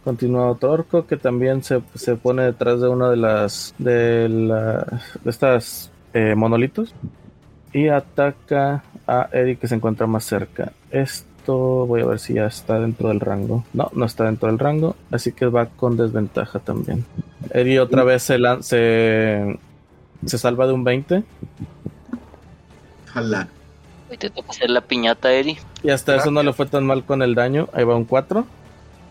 Continúa otro orco que también se, se pone detrás de una de las de, la- de estas eh, monolitos y ataca a Eric que se encuentra más cerca. Esto voy a ver si ya está dentro del rango. No, no está dentro del rango, así que va con desventaja también. Eric otra vez se, lan- se, se salva de un 20 Jala. Uy, te toca hacer la piñata, Eri. y hasta eso no le fue tan mal con el daño. Ahí va un 4.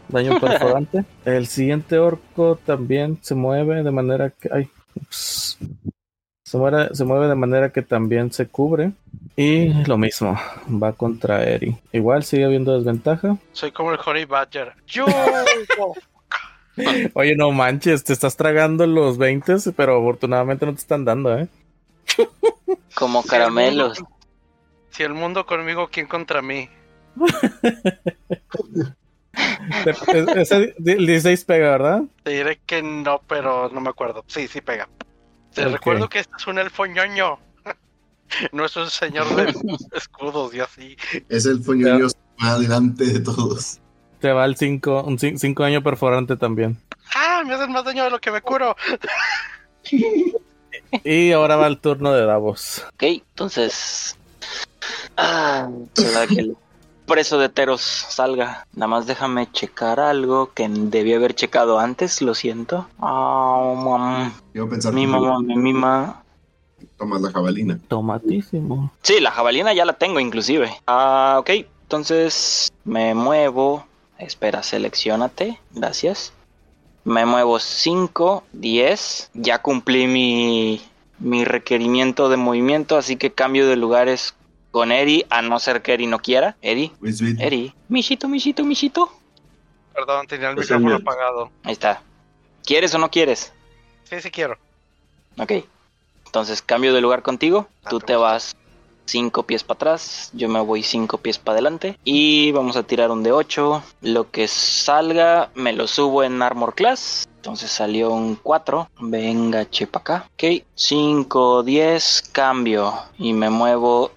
Daño perforante. El siguiente orco también se mueve de manera que. Ay, ups. se, muere- se mueve de manera que también se cubre. Y lo mismo, va contra Eri. Igual sigue habiendo desventaja. Soy como el Honey Badger. ¡Yo! Oye, no manches, te estás tragando los 20, pero afortunadamente no te están dando, ¿eh? Como Si el mundo- caramelos. Si el mundo conmigo, ¿quién contra mí? Te- es- Ese di- 16 pega, ¿verdad? Te diré que no, pero no me acuerdo. Sí, sí pega. Te Ok. recuerdo que este es un elfo ñoño. no es un señor de escudos y así. Es el puño Dios más delante de todos. Te va el 5, un 5 daño perforante también. ¡Ah! Me hacen más daño de lo que me curo. Y ahora va el turno de Davos. Ok, entonces. Ah, será que el preso de Teros salga. Nada más déjame checar algo que debí haber checado antes, lo siento. Ah, mam, Yo pensar mi que mamá me mima. tomas la jabalina. Tomatísimo. Sí, la jabalina ya la tengo inclusive. Ah, ok, entonces me muevo. Espera, seleccionate. Gracias. Me muevo 5, 10. Ya cumplí mi, mi requerimiento de movimiento, así que cambio de lugares con Eri, a no ser que Eri no quiera. Eri, Muy sweet. Eri. Michito, Michito, Michito. Perdón, tenía el Pues micrófono señor. apagado. Ahí está. ¿Quieres o no quieres? Sí, sí quiero. Ok. Entonces cambio de lugar contigo. Ah, Tú te te vas cinco pies para atrás. Yo me voy cinco pies para adelante. Y vamos a tirar un de 8. Lo que salga me lo subo en Armor Class. Entonces salió un 4. Venga, chepa acá. Ok. 5, 10. Cambio. Y me muevo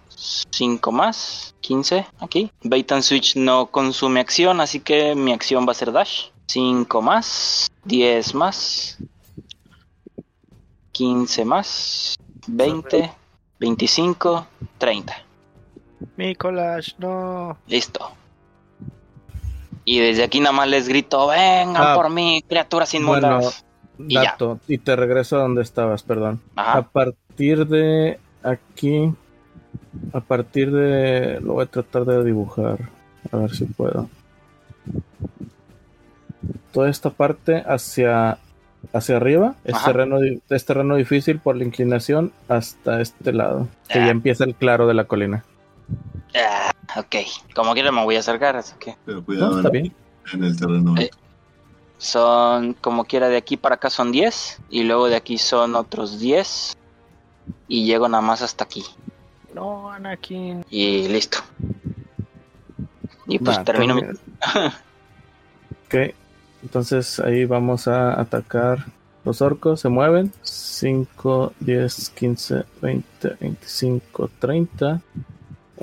5 más. 15. Aquí. Bait and Switch no consume acción. Así que mi acción va a ser Dash. 5 más. 10 más. 15 más, 20, 25, 30. Mi collage, no. Listo. Y desde aquí nada más les grito, vengan Ah, por mí, criaturas inmundas. Y ya. Ah. Dato, y te regreso a donde estabas, perdón. A Ajá. partir de aquí, a partir de... Lo voy a tratar de dibujar, a ver si puedo. Toda esta parte hacia, hacia arriba es Ajá. terreno, di- es terreno difícil por la inclinación hasta este lado, que Ah. ya empieza el claro de la colina. Ah, Ok, como quiera me voy a acercar, así que Pero No, cuidado está en, bien. en el terreno. Eh. son como quiera de aquí para acá son 10 y luego de aquí son otros 10 y llego nada más hasta aquí No, Anakin. y listo. Y pues Va, termino mi... Ok, entonces ahí vamos a atacar. Los orcos se mueven. 5, 10, 15, 20, 25, 30.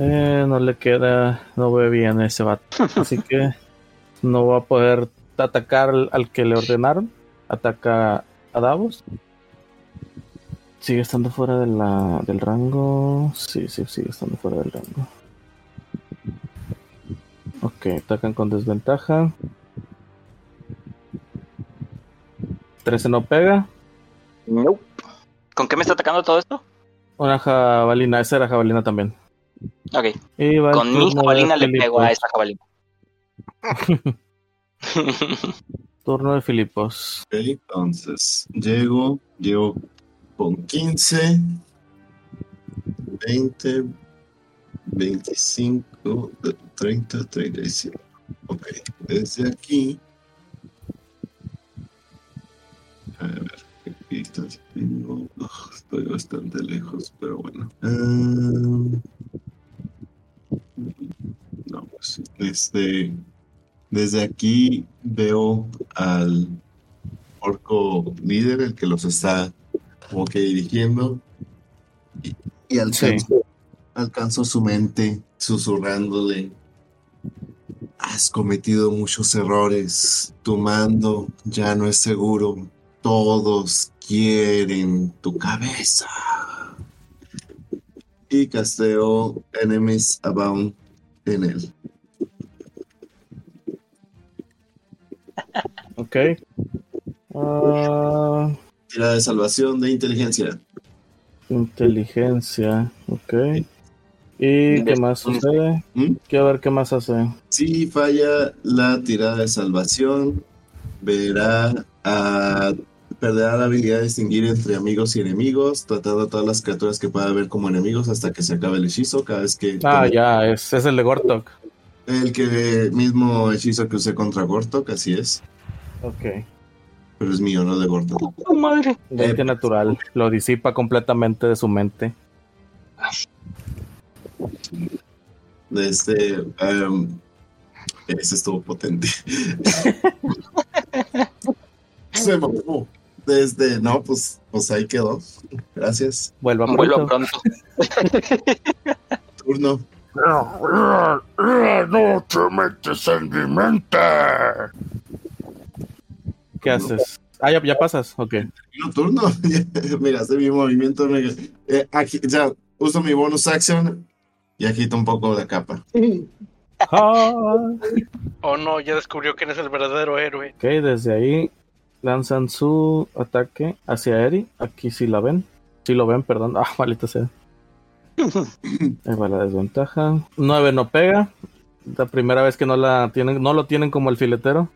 Eh, no le queda, no ve bien ese vato. Así que no va a poder atacar al, al que le ordenaron. Ataca a Davos. Sigue estando fuera de la, del rango. Sí, sí, sigue estando fuera del rango. Ok, atacan con desventaja. 13 no pega. Nope. ¿Con qué me está atacando todo esto? Una jabalina, esa era jabalina también. Ok, Y va el con mi turno de jabalina le Filipos. pego a esa jabalina. Turno de Filipos. Ok, Entonces, llego, llego con 15, 20, 25, 30, 35. Ok, desde aquí. A ver, aquí está el primo. Ugh, Estoy bastante lejos, pero bueno. Ah, no, pues este. Desde aquí veo al orco líder, el que los está como que dirigiendo. Y, y alcanzo, alcanzo su mente susurrándole. Has cometido muchos errores. Tu mando ya no es seguro. Todos quieren tu cabeza. Y casteo Enemies Abound en él. Ok. Ah, Tira de salvación de inteligencia. inteligencia. Ok. ¿Y qué más sucede? ¿Mm? Quiero ver qué más hace. Si falla la tirada de salvación, verá a, perderá la habilidad de distinguir entre amigos y enemigos, tratando a todas las criaturas que pueda ver como enemigos hasta que se acabe el hechizo. Cada vez que Ah, ya, es, es el de Gortok. el que mismo hechizo que usé contra Gortok, así es, Ok. pero es mío, no de Gortok. ¡Oh, madre! Veinte natural. Lo disipa completamente de su mente. Este, em, ese estuvo potente. se mamó. Desde, no, pues, pues ahí quedó. Gracias. Vuelva Vuelvo pronto. pronto. turno. ¿Qué haces? Ah, ya, ya pasas. Ok. No, turno. Mira, hace mi movimiento. me- eh, agi- ya, uso mi bonus action y agito un poco la capa. Ah. Oh no, ya descubrió quién es el verdadero héroe. Ok, desde ahí lanzan su ataque hacia Eri. Aquí sí la ven. Sí lo ven, perdón. Ah, maldita sea. Ahí va la desventaja. 9 no pega. La primera vez que no la tienen, no lo tienen como el filetero.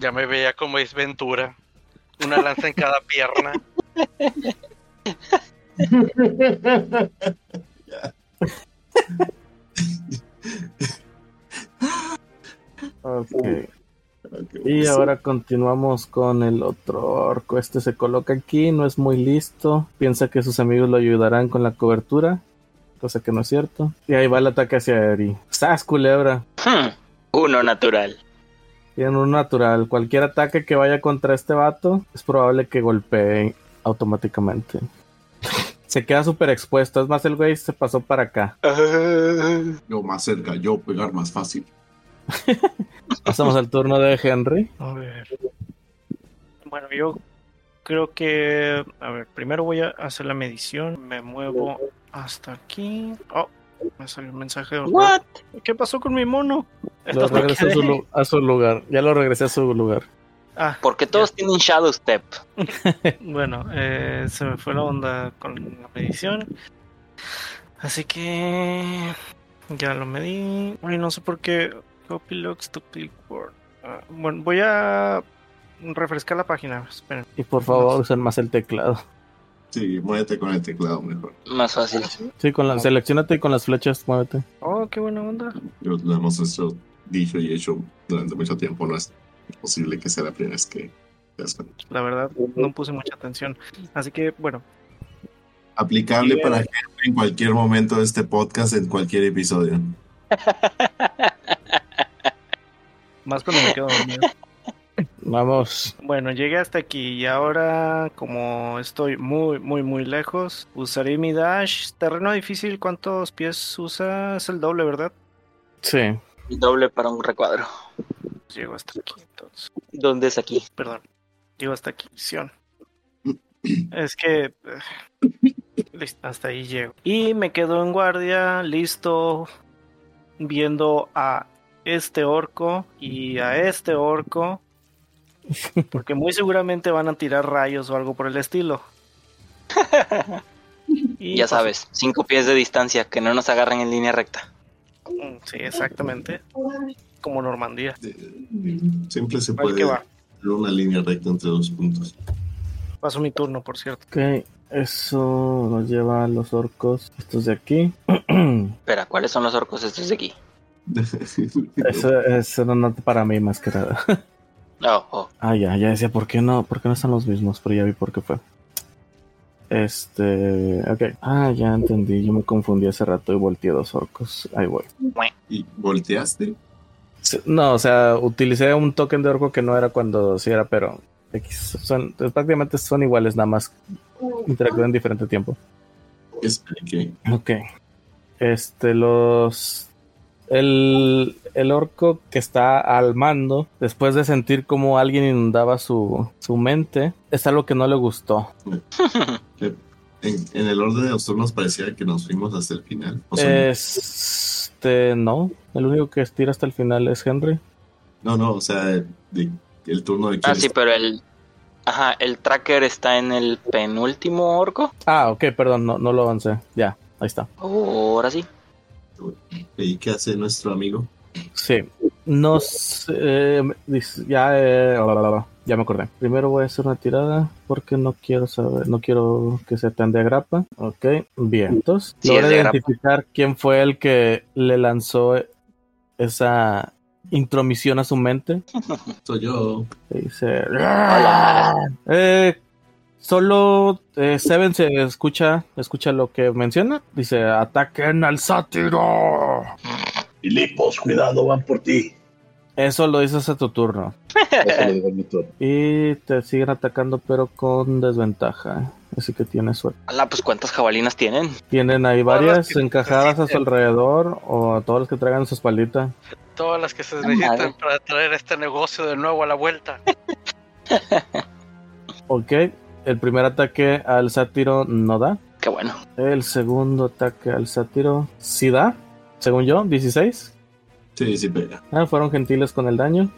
Ya me veía como es Ventura. Una lanza en cada pierna. Ok. Y Sí, ahora continuamos con el otro orco. Este se coloca aquí, no es muy listo. Piensa que sus amigos lo ayudarán con la cobertura. Cosa que no es cierto. Y ahí va el ataque hacia Eri. ¡Sas, culebra! Hmm, Uno natural. Tienen un natural. Cualquier ataque que vaya contra este vato es probable que golpee automáticamente. se queda súper expuesto. Es más, el güey se pasó para acá. Yo más cerca, yo pegar más fácil. Pasamos al turno de Henry. A ver. Bueno, yo creo que. A ver, primero voy a hacer la medición. Me muevo hasta aquí. Oh, me salió un mensaje de horror. What? ¿Qué pasó con mi mono? Lo Entonces me regresé a su, quedé- lu- a su lugar. Ya lo regresé a su lugar. Ah, Porque todos tienen Shadow Step. bueno, eh, se me fue la onda con la medición. Así que. Ya lo medí. Uy, no sé por qué. Copylogs to clipboard. Ah, bueno, voy a refrescar la página. Esperen. Y por favor, usen más el teclado. Sí, muévete con el teclado mejor. Más fácil. Sí, con la, seleccionate y con las flechas, muévete. Oh, qué buena onda. Yo- lo hemos hecho, dicho y hecho durante mucho tiempo. No es posible que sea la primera vez que te das cuenta. La verdad, no puse mucha atención. Así que, bueno, Aplicable para que en cualquier momento de este podcast, en cualquier episodio. más cuando me quedo dormido. Vamos. Bueno, llegué hasta aquí y ahora, como estoy muy, muy, muy lejos, usaré mi dash. Terreno difícil, ¿cuántos pies usa? Es el doble, ¿verdad? Sí. Doble para un recuadro. Pues Llego hasta aquí, entonces. ¿Dónde es aquí? Perdón. Llego hasta aquí, Sion. Es que. eh, listo, hasta ahí llego. Y me quedo en guardia, listo, viendo a este orco y a este orco. Porque muy seguramente van a tirar rayos o algo por el estilo. Y ya paso- sabes, cinco pies de distancia, que no nos agarren en línea recta. Mm, Sí, exactamente. Como Normandía. Siempre se Al que puede va. hacer una línea recta entre dos puntos. Paso mi turno, por cierto. Ok, eso nos lleva a los orcos, estos de aquí. Espera, ¿cuáles son los orcos estos de aquí? eso, eso no nota para mí más que nada. Oh, oh. Ah, ya, ya decía, ¿por qué no? ¿Por qué no están los mismos? Pero ya vi por qué fue. Este, ok. Ah, ya entendí, yo me confundí hace rato y volteé dos orcos. Ahí voy. ¿Y volteaste? Sí, No, o sea, utilicé un token de orco que no era cuando sí era, pero X, son, prácticamente son iguales, nada más interactúan en diferente tiempo. Es que Ok. Este, los. El, el orco que está al mando, después de sentir como alguien inundaba su, su mente, es algo que no le gustó. en, en el orden de los turnos parecía que nos fuimos hasta el final. O Eh. sea, Este, no. El único que estira hasta el final es Henry. No, no, o sea, de- el turno de Ah, quién sí, pero el... Ajá, el tracker está en el penúltimo orco. Ah, ok, perdón, no, no lo avancé. Ya, ahí está. Oh, ahora sí. ¿Y qué hace nuestro amigo? Sí. Nos. eh, dice- ya, eh, bla, bla, bla, bla. ya me acordé. Primero voy a hacer una tirada porque no quiero saber. No quiero que sea tan de agrapa. Ok, bien. Entonces, Sí, logra es de agrapa. identificar quién fue el que le lanzó esa intromisión a su mente. Soy yo. Y dice. Eh, solo eh, Seven se escucha, escucha lo que menciona. Dice: ataquen al sátiro. Filipos, cuidado, van por ti. Eso lo dices a tu turno. Eso le digo a mi turno. Y te siguen atacando, pero con desventaja. Así que tienes suerte. Ala, pues ¿cuántas jabalinas tienen? Tienen ahí Todas las varias que encajadas a su necesiten. alrededor o a todos los que traigan en su espaldita. Todas las que se Ah, necesitan madre. para traer este negocio de nuevo a la vuelta. Ok, el primer ataque al sátiro no da. Qué bueno. El segundo ataque al sátiro sí da, según yo, 16. Sí, sí, pega. Ah, fueron gentiles con el daño.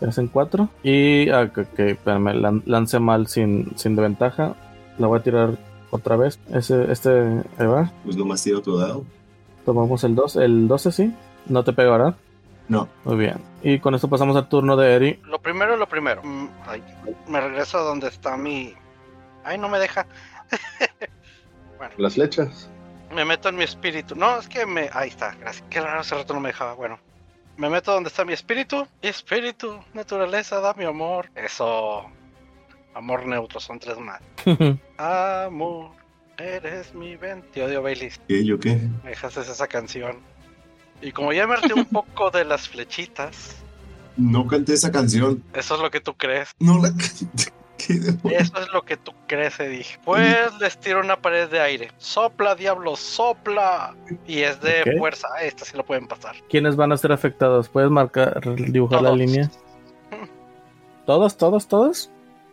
Te hacen 4. Y, ah, ok, ok, espérame, lan- lancé mal sin, sin desventaja. La voy a tirar otra vez. Ese, este, ahí va. Pues nomás tiro tu dado. Tomamos el 2, el 12 sí. No te pega, ¿verdad? No. Muy bien. Y con esto pasamos al turno de Eri. Lo primero, lo primero. Mm, ay, me regreso a donde está mi. Ay, no me deja. Las flechas. Me meto en mi espíritu. No, es que me. Ahí está, gracias. Qué raro, hace rato no me dejaba. Bueno, me meto donde está mi espíritu. Espíritu, naturaleza, da mi amor. Eso. Amor neutro, son tres más. Amor, eres mi ven. Te odio, Bailey. ¿Qué? ¿Yo qué? Me dejaste esa canción. Y como ya me harté un poco de las flechitas, No canté esa canción. eso es lo que tú crees. No la canté. ¿Qué demonios? Eso es lo que tú crees, eh, dije. Pues les tiro una pared de aire. Sopla, diablo, sopla. Y es de Ok. fuerza. Ah, Esta sí la pueden pasar. ¿Quiénes van a ser afectados? ¿Puedes marcar, dibujar la Todos. línea? ¿Todos, todos, todos?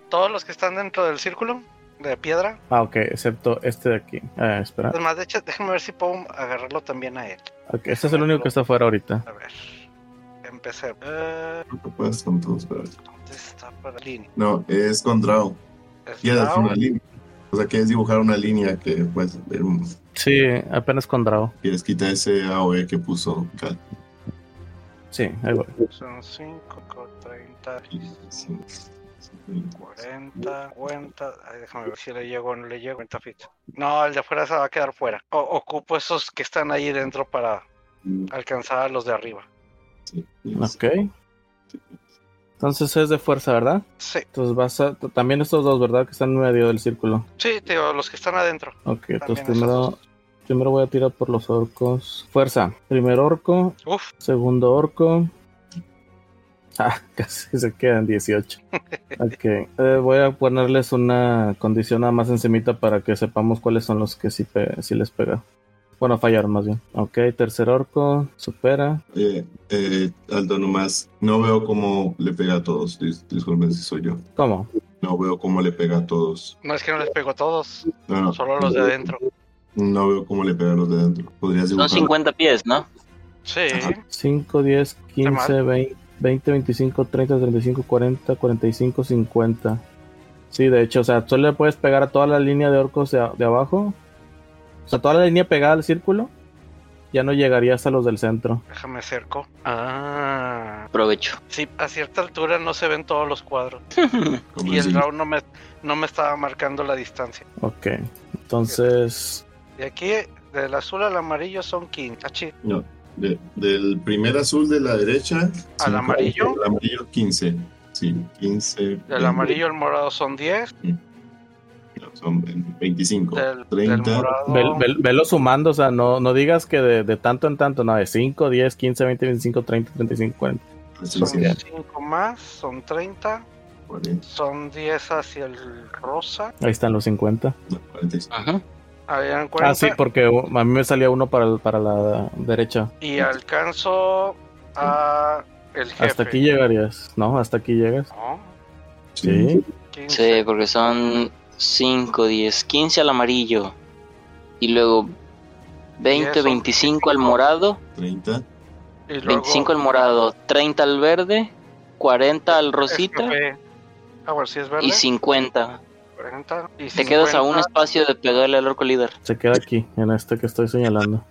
Todos los que están dentro del círculo de piedra. Ah, ok, excepto este de aquí. Ah, espera. Además, de hecho, déjenme ver si puedo agarrarlo también a él. Ok, este es el único que está fuera ahorita. A ver. Empecé. Eh, No puedes con todos, pero- ¿Dónde está para línea? No, es con Draw. Es Y es down. una línea. O sea, quieres dibujar una línea que, pues, em, Sí, apenas con Drago. quieres quitar ese AOE que puso Kat. Sí, ahí voy. Son 5 con 30. Sí. 40, 50. Ay, déjame ver si le llego o no le llego. 40 feet. No, el de afuera se va a quedar fuera. O- ocupo esos que están ahí dentro para alcanzar a los de arriba. Ok. Entonces es de fuerza, ¿verdad? Sí, Entonces vas a. También estos dos, ¿verdad? Que están en medio del círculo. sí, tío, los que están adentro. Ok, entonces esos primero. dos. Primero voy a tirar por los orcos. Fuerza. Primer orco. Uf, Segundo orco. Ah, casi se quedan 18. Ok. eh, voy a ponerles una condición nada más encimita para que sepamos cuáles son los que sí, pe- sí les pega. Bueno, fallaron más bien. Ok, tercer orco. Supera. Eh, eh, Aldo, nomás, no veo cómo le pega a todos. Dis- Disculpen si soy yo. ¿Cómo? No veo cómo le pega a todos. no es que no les pego a todos, No, no, solo a los de adentro. no veo cómo le pega a los de adentro. Podrías Son dibujar. 50 pies, ¿no? Sí, Ajá. 5, 10, mal. 15, 20, 20, 25, 30, 35, 40, 45, 50. Sí, de hecho, o sea, tú le puedes pegar a toda la línea de orcos de, a- de abajo. O sea, toda la línea pegada al círculo. Ya no llegaría hasta los del centro. déjame acerco. Ah, Aprovecho. sí, a cierta altura no se ven todos los cuadros. Como Y el decir, round no me, no me estaba marcando la distancia. Ok. Entonces, Y aquí, del azul al amarillo son 15. Ah, chi, no, de- del primer azul de la derecha. Al cinco, amarillo. El amarillo 15. Sí, 15. Del amarillo al morado son 10. no, Son 25. Del, del 30. morado. ve- ve- velo sumando. O sea, no, no digas que de, de tanto en tanto, no, de 5, 10, 15, 20, 25, 30, 35, 40. así Son que 5 más, son 30, 40, son 10 hacia el rosa. Ahí están los 50. no, 45. Ajá. Ahí eran Ah, sí, 40. porque u- a mí me salía uno para, el- para la derecha. Y alcanzo a el jefe. Hasta aquí llegarías, ¿no? Hasta aquí llegas. ¿no? Sí. 15. Sí, porque son 5, 10, 15 al amarillo. Y luego 20, 10, 25 al 25. morado. 30. Y luego 25 al morado. 30 al verde. 40 al es rosita. café. Ah, bueno, sí es verde. Y 50. 40, y Te quedas a un 50. espacio de pegarle al orco líder. Se queda aquí, en este que estoy señalando.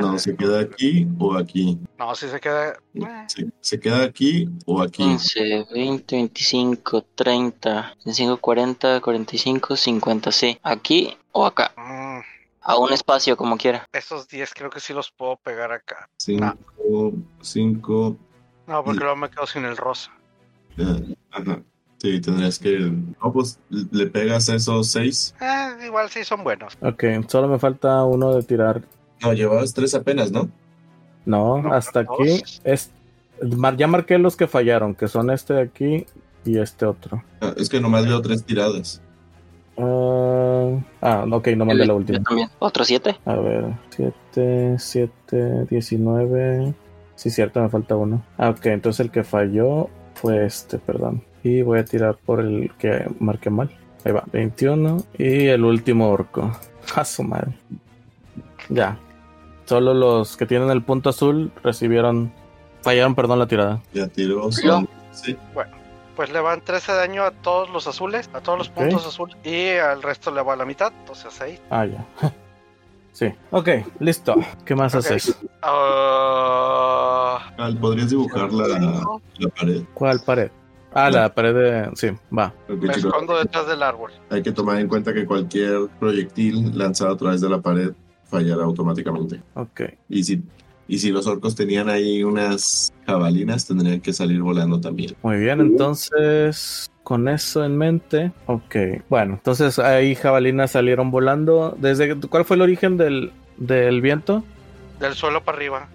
No, se queda aquí o aquí. No, si se queda. eh, Se, se queda aquí o Ah. aquí. 15, 20, 25, 30, 25, 40, 45, 50. Sí, aquí o acá. mm, A un espacio como quiera. esos 10 creo que sí los puedo pegar acá. 5, 5. No, porque Mm. luego me quedo sin el rosa. eh, Ajá. Sí, tendrías que. No, pues le pegas esos 6. Eh, igual sí son buenos. Ok, solo me falta uno de tirar. No, llevabas 3 apenas, ¿no? No, No, hasta dos. aquí. Es, mar- ya marqué los que fallaron, que son este de aquí y este otro. Ah, Es que nomás veo 3 tiradas. Ah, ah, ok, no mandé la última. Yo también. ¿Otro 7? A ver, 7, 7, 19. Sí, cierto, me falta uno. Ah, ok, entonces el que falló fue este, perdón. Y voy a tirar por el que marqué mal. Ahí va, 21. Y el último orco. A su madre. Ya. Solo los que tienen el punto azul recibieron. Fallaron, perdón, la tirada. Ya tiró. Son, sí. Pues le van 13 daño a todos los azules, a todos los Ok. puntos azules. Y al resto le va a la mitad, entonces 6. Ah, ya. Sí. Ok, listo. ¿Qué más Ok. haces? Ah, Al, ¿Podrías dibujar la, la pared? ¿Cuál pared? Ah, la pared de. Sí, va. Porque, me chicos, escondo detrás del árbol. hay que tomar en cuenta que cualquier proyectil lanzado a través de la pared fallará automáticamente. Ok. Y si, y si los orcos tenían ahí unas jabalinas, tendrían que salir volando también. Muy bien, entonces con eso en mente, ok. Bueno, entonces ahí jabalinas salieron volando. Desde ¿cuál fue el origen del, del viento? Del suelo para arriba.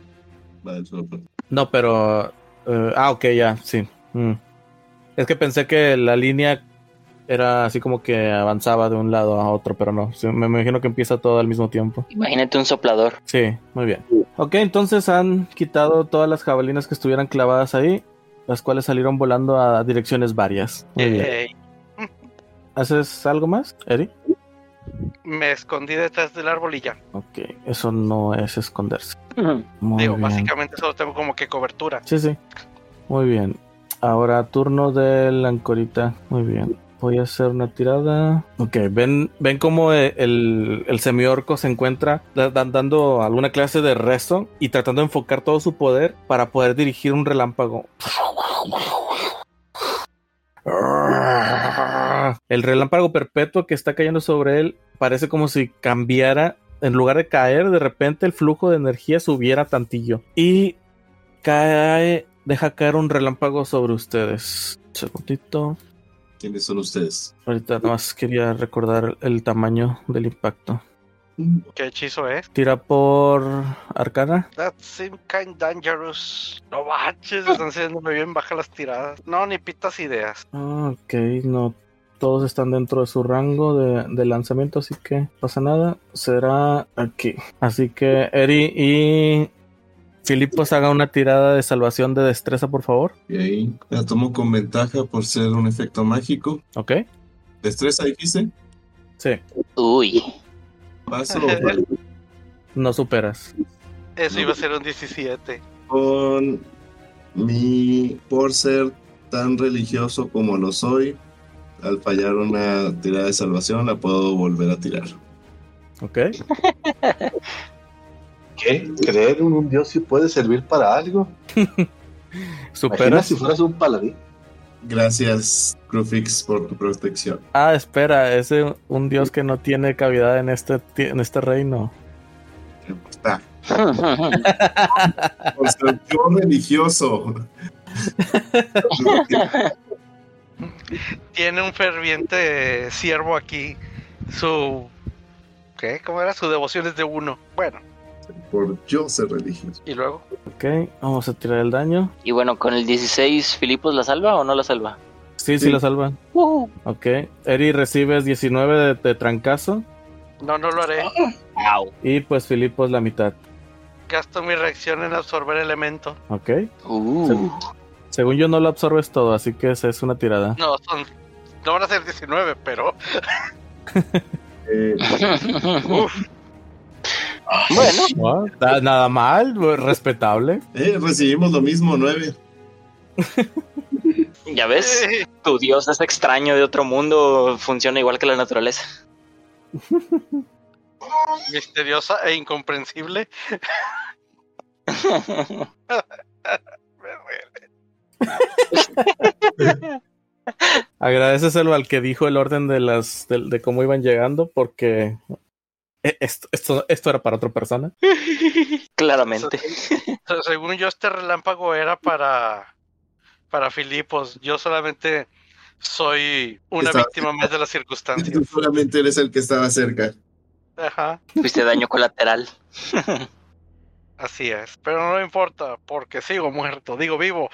Va del soplo. No, pero eh, ah, ok, ya, sí. Mm. Es que pensé que la línea era así como que avanzaba de un lado a otro, pero no. Sí, me imagino que empieza todo al mismo tiempo. Imagínate un soplador. Sí, muy bien. Ok, entonces han quitado todas las jabalinas que estuvieran clavadas ahí, las cuales salieron volando a direcciones varias. Muy bien. Eh, ¿Haces algo más, Eri? me escondí detrás del árbol y ya. Ok, eso no es esconderse. Muy Digo, bien. básicamente solo tengo como que cobertura. Sí, sí. Muy bien. Ahora turno de la ancorita. Muy bien. Voy a hacer una tirada. Ok, ven, ven cómo e- el, el semiorco se encuentra da- da- dando alguna clase de rezo y tratando de enfocar todo su poder para poder dirigir un relámpago. El relámpago perpetuo que está cayendo sobre él parece como si cambiara, en lugar de caer, de repente el flujo de energía subiera tantillo. Y cae, deja caer un relámpago sobre ustedes. Un segundito. ¿Quiénes son ustedes? Ahorita nomás quería recordar el tamaño del impacto. ¿Qué hechizo es? Tira por arcana. That seems kind dangerous. No baches, están haciéndome bien baja las tiradas. No, ni pitas ideas. Ah, Ok, no. Todos están dentro de su rango de, de lanzamiento, así que no pasa nada. Será aquí. Así que Eri y Filipos haga una tirada de salvación de destreza, por favor. Y ahí la tomo con ventaja por ser un efecto mágico. Ok. Destreza, dijiste. Sí, Uy. Paso vale, no superas. Eso iba a ser un 17. con mi. Por ser tan religioso como lo soy, al fallar una tirada de salvación, la puedo volver a tirar. Ok. ¿Qué? ¿Creer en un dios si puede servir para algo? Imagina Superas. si fueras un paladín. Gracias, Crufix, por tu protección. Ah, espera, es eh, un dios que no tiene cavidad en este, ti- en este reino. Ah, por ser yo religioso. Tiene un ferviente siervo aquí. Su. ¿Qué? ¿Cómo era? Su devoción es de uno. Bueno, por yo ser religioso. y luego. Ok, vamos a tirar el daño. y bueno, con el 16, ¿Filipos la salva o no la salva? Sí, sí, Sí. lo salvan. Ujú. Ok. Eri recibes 19 de, de trancazo. No, no lo haré. Au. Y pues Filipos la mitad. Gasto mi reacción en absorber elemento. Ok. Uh. Según yo no lo absorbes todo, así que esa es una tirada. No, son. No van a ser 19, pero. Eh, Uf, bueno, What? Na- Nada mal, respetable. eh, recibimos lo mismo, nueve. ya ves, eh, tu dios es extraño de otro mundo, funciona igual que la naturaleza. misteriosa e incomprensible. Agradeceselo al que dijo el orden de las de, de cómo iban llegando, porque eh, esto, esto, esto era para otra persona. Claramente. Se- Según yo, este relámpago era para. Para Filipos. Yo solamente soy una Estaba- víctima más de las circunstancias. Tú solamente eres el que estaba cerca. Ajá. Fuiste daño colateral. Así es, pero no importa, porque sigo muerto, digo vivo.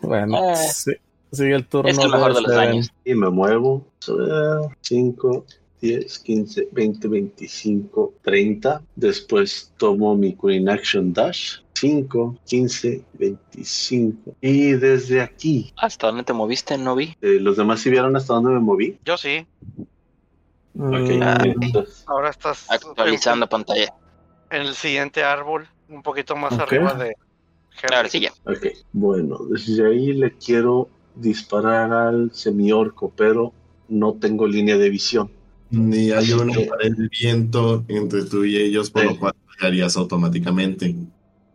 Bueno, Eh. sí, sigue el turno. este es el mejor de los Steven. daños. Y me muevo. eh, 5, 10, 15, 20, 25, 30. Después tomo mi Queen Action Dash. 5, 15, 25. Y desde aquí, Ah, ¿Hasta dónde te moviste? No vi. eh, ¿los demás sí vieron hasta dónde me moví? Yo sí, Ok, Mm, Ah. entonces, ahora estás Actualizando pantalla. en en el siguiente árbol, un poquito más Ok. arriba de Henry. Ahora sí ya. ok. Bueno, desde ahí le quiero disparar al semiorco, pero no tengo línea de visión. Ni hay Así una que- pared de viento entre tú y ellos, por Sí. lo cual harías automáticamente.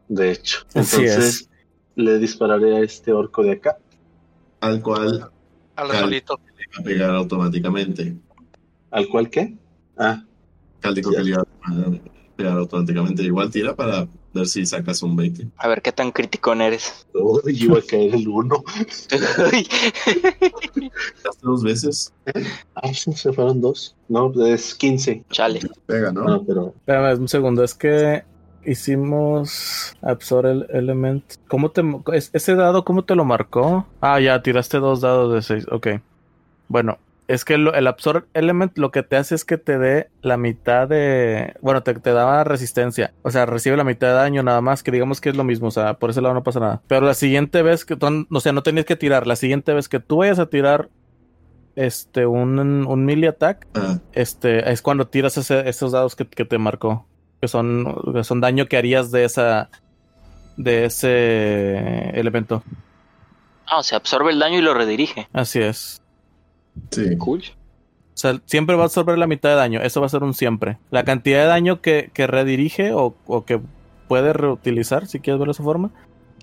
De hecho, Así es. entonces le dispararé a este orco de acá. Al cual al Cal- azulito. va a pegar automáticamente. ¿Al cual qué? Ah, Cáldico que le va a pegar automáticamente. Igual tira para ver si sacas un 20. A ver qué tan criticón eres. oh, iba a caer el uno. Hasta dos veces. Ah, sí, se fueron dos. No, es 15. Chale. Pega, ¿no? Bueno, pero Espérame un segundo, es que hicimos Absorb el Element. ¿Cómo te mo- es- ese dado cómo te lo marcó? Ah, ya, tiraste dos dados de seis. Ok. Bueno, es que lo- el Absorb Element lo que te hace es que te dé la mitad de. Bueno, te, te daba resistencia. O sea, recibe la mitad de daño nada más, que digamos que es lo mismo. O sea, por ese lado no pasa nada. Pero la siguiente vez que. tú- O sea, no tenías que tirar. La siguiente vez que tú vayas a tirar. Este, un, un melee attack, Ah, este, es cuando tiras ese- esos dados que, que te marcó. Que son, que son daño que harías de esa. De ese elemento. Ah, o sea, absorbe el daño y lo redirige. Así es. sí. Cool. O sea, siempre va a absorber la mitad de daño. Eso va a ser un siempre. La cantidad de daño que, que redirige o, o que puede reutilizar, si quieres verlo de esa forma,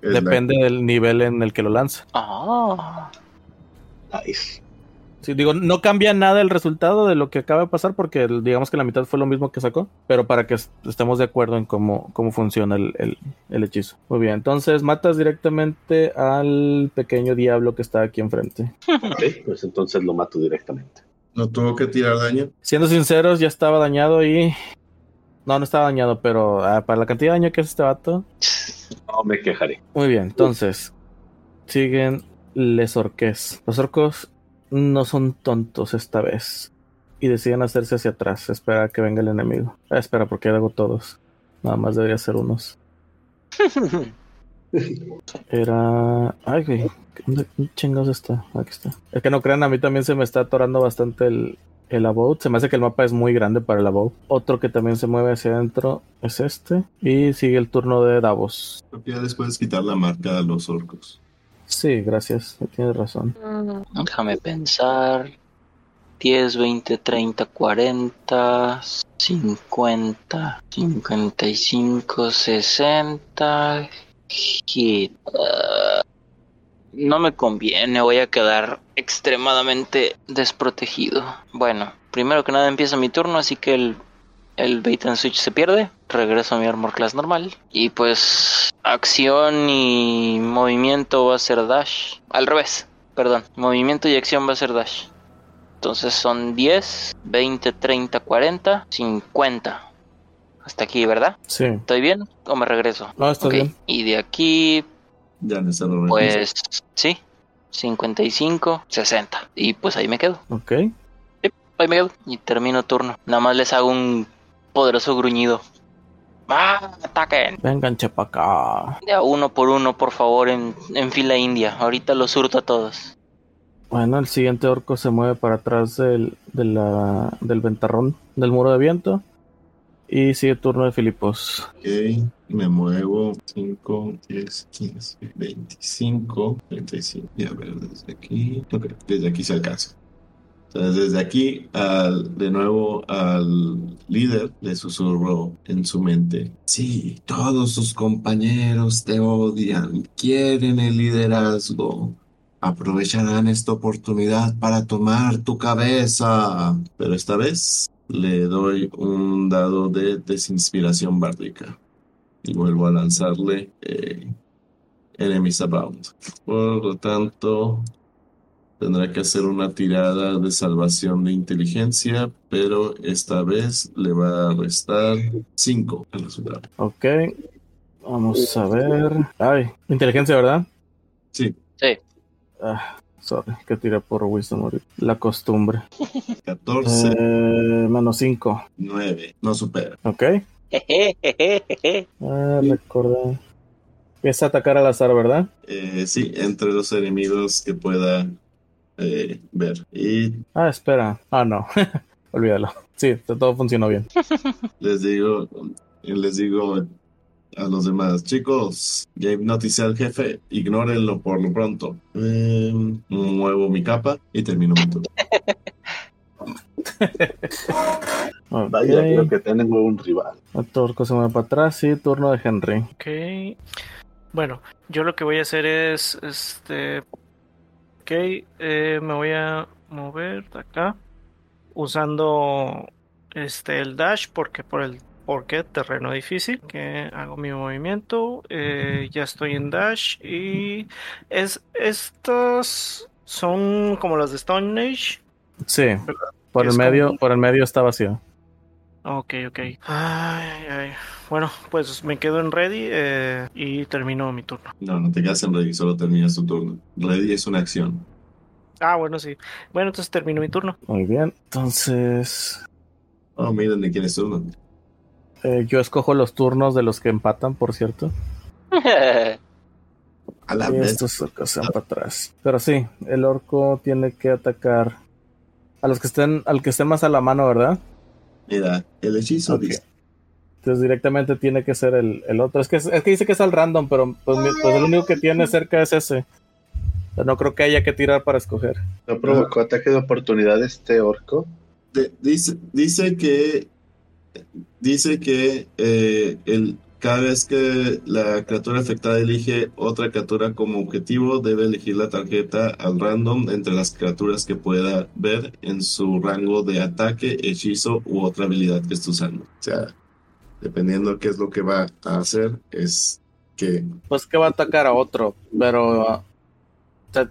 Es la- depende del nivel en el que lo lanza. Ah. nice. Sí, digo, no cambia nada el resultado de lo que acaba de pasar porque el- digamos que la mitad fue lo mismo que sacó, pero para que est- estemos de acuerdo en cómo, cómo funciona el, el- el hechizo. Muy bien, entonces matas directamente al pequeño diablo que está aquí enfrente. Ok, pues entonces lo mato directamente. No tuvo que tirar daño. Siendo sinceros, ya estaba dañado y... No, no estaba dañado, pero ah, para la cantidad de daño que hace este vato... No me quejaré. Muy bien, entonces siguen les orques. Los orcos no son tontos esta vez y deciden hacerse hacia atrás, espera a que venga el enemigo. Ah, espera, porque ya hago todos. Nada más debería ser unos. Era. Ay, güey. ¿Dónde dónde chingados está? Aquí está. Es que no crean, a mí también se me está atorando bastante el, el abode. Se me hace que el mapa es muy grande para el abode. Otro que también se mueve hacia adentro es este. Y sigue el turno de Davos. Ya les puedes quitar la marca a los orcos. Sí, gracias, tienes razón. Déjame pensar. 10, 20, 30, 40, 50, 55, 60. Hit. Ah, no me conviene, voy a quedar extremadamente desprotegido. Bueno, primero que nada empieza mi turno, así que el, el bait and switch se pierde. Regreso a mi armor class normal. Y pues acción y movimiento va a ser dash. Al revés. Perdón, movimiento y acción va a ser dash. Entonces son 10, 20, 30, 40, 50. Hasta aquí, ¿verdad? Sí. ¿Estoy bien o me regreso? No, está Ok, bien. Y de aquí, Ya les arreglan. pues, sí, 55, 60. Y pues ahí me quedo, Ok. ahí me quedo. Y termino turno. Nada más les hago un poderoso gruñido. ¡Ah, ataquen! Vengan, chapaca. De a uno por uno, por favor, en, en fila india. Ahorita los surto a todos. Bueno, el siguiente orco se mueve para atrás del, de la- del ventarrón, del muro de viento. Y sigue turno de Filipos. Ok, me muevo 5, 10, 15, 25, 35. Y a ver, desde aquí. Ok, desde aquí se alcanza. Entonces, desde aquí, al, de nuevo al líder, le susurró en su mente: Sí, todos sus compañeros te odian, quieren el liderazgo. Aprovecharán esta oportunidad para tomar tu cabeza. Pero esta vez le doy un dado de desinspiración bárdica. Y vuelvo a lanzarle eh, Enemies Abound. Por lo tanto, tendrá que hacer una tirada de salvación de inteligencia, pero esta vez le va a restar 5 al resultado. Ok. Vamos a ver. Ay, inteligencia, ¿verdad? Sí, Ah, sorry, que tiré por Wisdom ahorita. La costumbre. 14, Eh, menos 5. 9, no supera. Ok. Ah, recordé. Empieza a atacar al azar, ¿verdad? Eh, sí, entre los enemigos que pueda eh, ver. Y Ah, espera. Ah, no. Olvídalo. Sí, todo funcionó bien. Les digo, les digo a los demás, chicos, ya hipnoticé al jefe, ignórenlo por lo pronto. Em, muevo mi capa y termino mi turno. Ah, Ok. Ah, Vaya, creo que tengo un rival. Otro orco se mueve para atrás y turno de Henry. Ok. Bueno, yo lo que voy a hacer es, este, ok, eh, me voy a mover de acá usando, este, el dash porque por el, porque terreno difícil, que hago mi movimiento, eh, ya estoy en dash y es, estas son como las de Stone Age. Sí. Por Es el como- medio, por el medio está vacío. Ok, ok. Ay, ay. Bueno, pues me quedo en ready eh, y termino mi turno. No, no te quedas en ready, solo terminas tu turno. Ready es una acción. Ah, bueno, sí. Bueno, entonces termino mi turno. Muy bien. Entonces, Oh, miren de quién es turno. eh, yo escojo los turnos de los que empatan, por cierto. A la Y vez. estos orcos se van para atrás. Pero sí, el orco tiene que atacar a los que estén, al que estén más a la mano, ¿verdad? Mira, el hechizo Ok. dice, Entonces directamente tiene que ser el, el otro. Es que, es que dice que es al random, pero pues, mi- pues el único que tiene cerca es ese. Pero No creo que haya que tirar para escoger. ¿No provocó ataque de oportunidad este orco? de- dice, dice que dice que eh, el Cada vez que la criatura afectada elige otra criatura como objetivo, debe elegir la tarjeta al random entre las criaturas que pueda ver en su rango de ataque, hechizo u otra habilidad que esté usando. O sea, dependiendo qué es lo que va a hacer, es que Pues que va a atacar a otro, pero ah, o sea,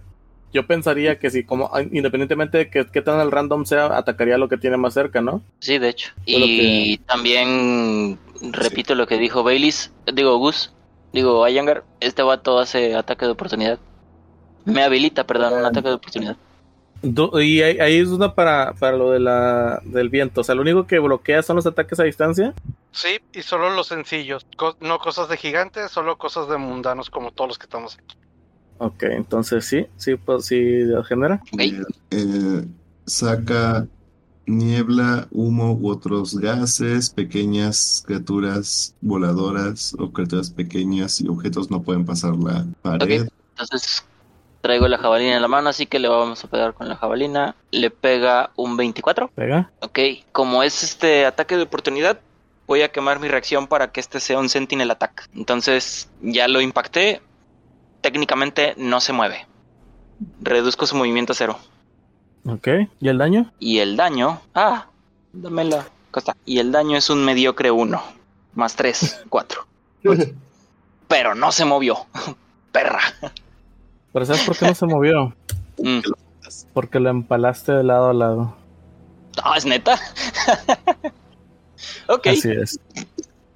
yo pensaría que si como ah, independientemente de que qué tan el random sea, atacaría lo que tiene más cerca, ¿no? Sí, de hecho. Fue lo Y también repito lo que dijo Baileys, digo Gus, digo Ayangar, este vato hace ataque de oportunidad. Me habilita, perdón, un ataque de oportunidad. Du- y ahí, ahí es una para, para lo de la, del viento. O sea, lo único que bloquea son los ataques a distancia. Sí, y solo los sencillos. co- no cosas de gigantes, solo cosas de mundanos como todos los que estamos aquí. Ok, entonces sí, sí, pues sí lo genera. Ok. Eh, eh, saca niebla, humo u otros gases, pequeñas criaturas voladoras o criaturas pequeñas y objetos no pueden pasar la pared. Entonces traigo la jabalina en la mano, así que le vamos a pegar con la jabalina. Le pega un 24. Pega. Ok, como es este ataque de oportunidad, voy a quemar mi reacción para que este sea un sentinel attack. Entonces, ya lo impacté. Técnicamente no se mueve. Reduzco su movimiento a cero. Ok, ¿y el daño? Y el daño. Ah, dámela. Acá está. Y el daño es un mediocre 1. Más 3, 4. Pero no se movió. Perra. Pero ¿sabes por qué no se movió? Mm. Porque lo empalaste de lado a lado. Ah, es neta. ok, Así es.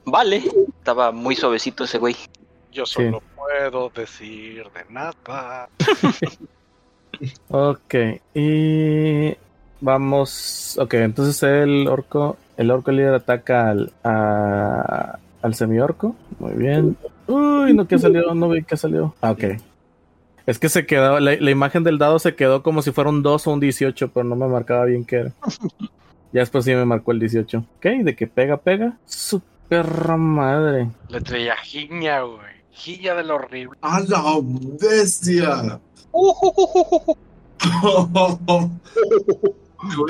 vale. Estaba muy suavecito ese güey. Yo Sí. solo puedo decir de nada. Ok, y vamos. Ok, entonces el orco, el orco líder ataca al, a- al semiorco. Muy bien. Uy, no que salió, no vi que salió. Ah, ok. Es que se quedó, la, la imagen del dado se quedó como si fuera un 2 o un 18, pero no me marcaba bien qué era. Ya después sí me marcó el 18. Ok, de que pega, pega. Su perra madre. Le traía jiña, güey. Jiña del horrible. ¡A la bestia! Güey,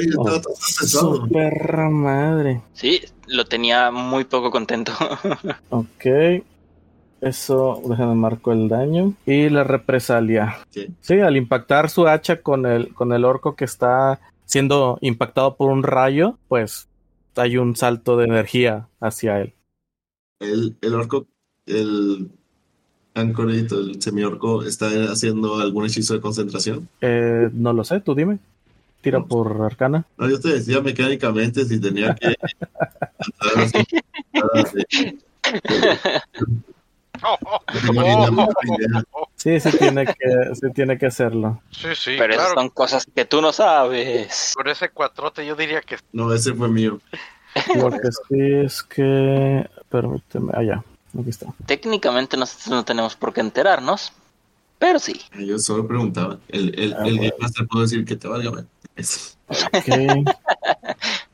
estaba todo Su procesado. perra madre. Sí, lo tenía muy poco contento. Ok. Eso, déjame marco el daño. Y la represalia. Sí. al impactar su hacha con el, con el orco que está siendo impactado por un rayo, pues hay un salto de energía hacia él. El, el orco, el ancorito, el semiorco, está haciendo algún hechizo de concentración. Eh, no lo sé, tú dime. Tira por arcana. No, yo te decía mecánicamente si tenía que. Oh, oh, Como ni la menor idea. Sí, sí tiene que, sí tiene que hacerlo. Sí, sí, Pero esas claro. son cosas que tú no sabes. Con ese cuatrote yo diría que No, ese fue mío. Lo que sí es que. Permíteme. Allá. Aquí está. Técnicamente nosotros no tenemos por qué enterarnos, pero sí. Yo solo preguntaba. El, el, Ah, bueno. el Game Master puedo decir que te valga, man. Es- Ok.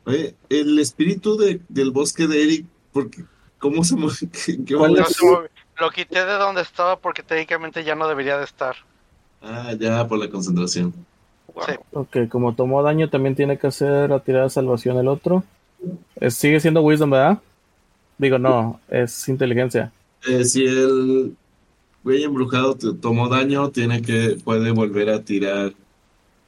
Oye, el espíritu de, del bosque de Eric, porque, ¿cómo se mueve? ¿Qué, qué ¿Cuál onda? No se mueve. Lo quité de donde estaba porque técnicamente ya no debería de estar. Ah, ya, por la concentración. Ok, como tomó daño, también tiene que hacer la tirada de salvación el otro. Eh, sigue siendo Wisdom, ¿verdad? Digo, no, es inteligencia. Eh, si el güey embrujado te tomó daño, tiene que, puede volver a tirar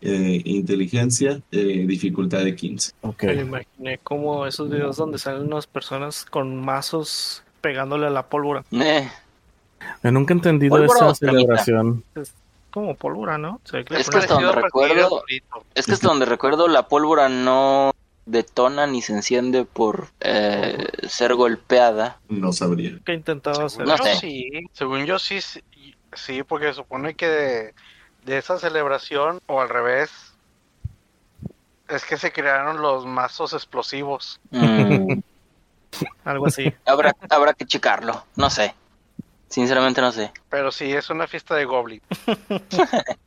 eh, inteligencia, eh, dificultad de 15. Ok. Me lo imaginé como esos videos donde salen unas personas con mazos pegándole a la pólvora. Eh, Yo nunca he entendido Pólvora esa o escalita. celebración. Como pólvora, ¿no? Se ve que le Es que ponen- hasta donde Parecido recuerdo- a Dorito. es que hasta donde recuerdo, la pólvora no detona ni se enciende por eh, ser golpeada. No sabría. que intentaba hacer. Según No yo sé. sí, según yo sí, sí, sí, porque se supone que de, de esa celebración, o al revés, es que se crearon los mazos explosivos. Mm, Algo así. habrá, habrá que checarlo, no sé. Sinceramente no sé. Pero sí, es una fiesta de goblin.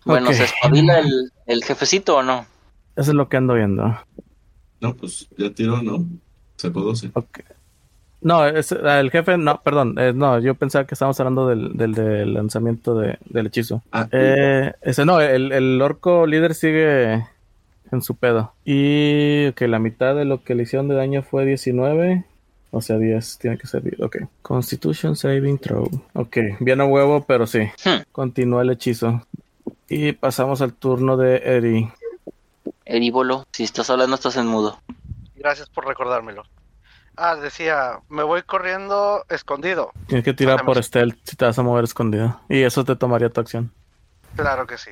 Bueno, Ok. ¿se espabila el, el jefecito o no? Eso es lo que ando viendo. No, pues ya tiró, ¿no? Sacó 12. Ok. No, es- el jefe, no, perdón, eh, no, yo pensaba que estábamos hablando del, del, del lanzamiento de- del hechizo. Ah, Eh, ese no, el, el orco líder sigue en su pedo. Y que la mitad de lo que le hicieron de daño fue 19. O sea, 10 tiene que ser 10. Ok. Constitution Saving Throw. Ok, bien a huevo, pero sí. Hmm. Continúa el hechizo. Y pasamos al turno de Eri. Eríbolo, si estás hablando estás en mudo. Gracias por recordármelo. Ah, decía, me voy corriendo escondido. Tienes que tirar por Vamos. stealth si te vas a mover escondido. Y eso te tomaría tu acción. Claro que sí.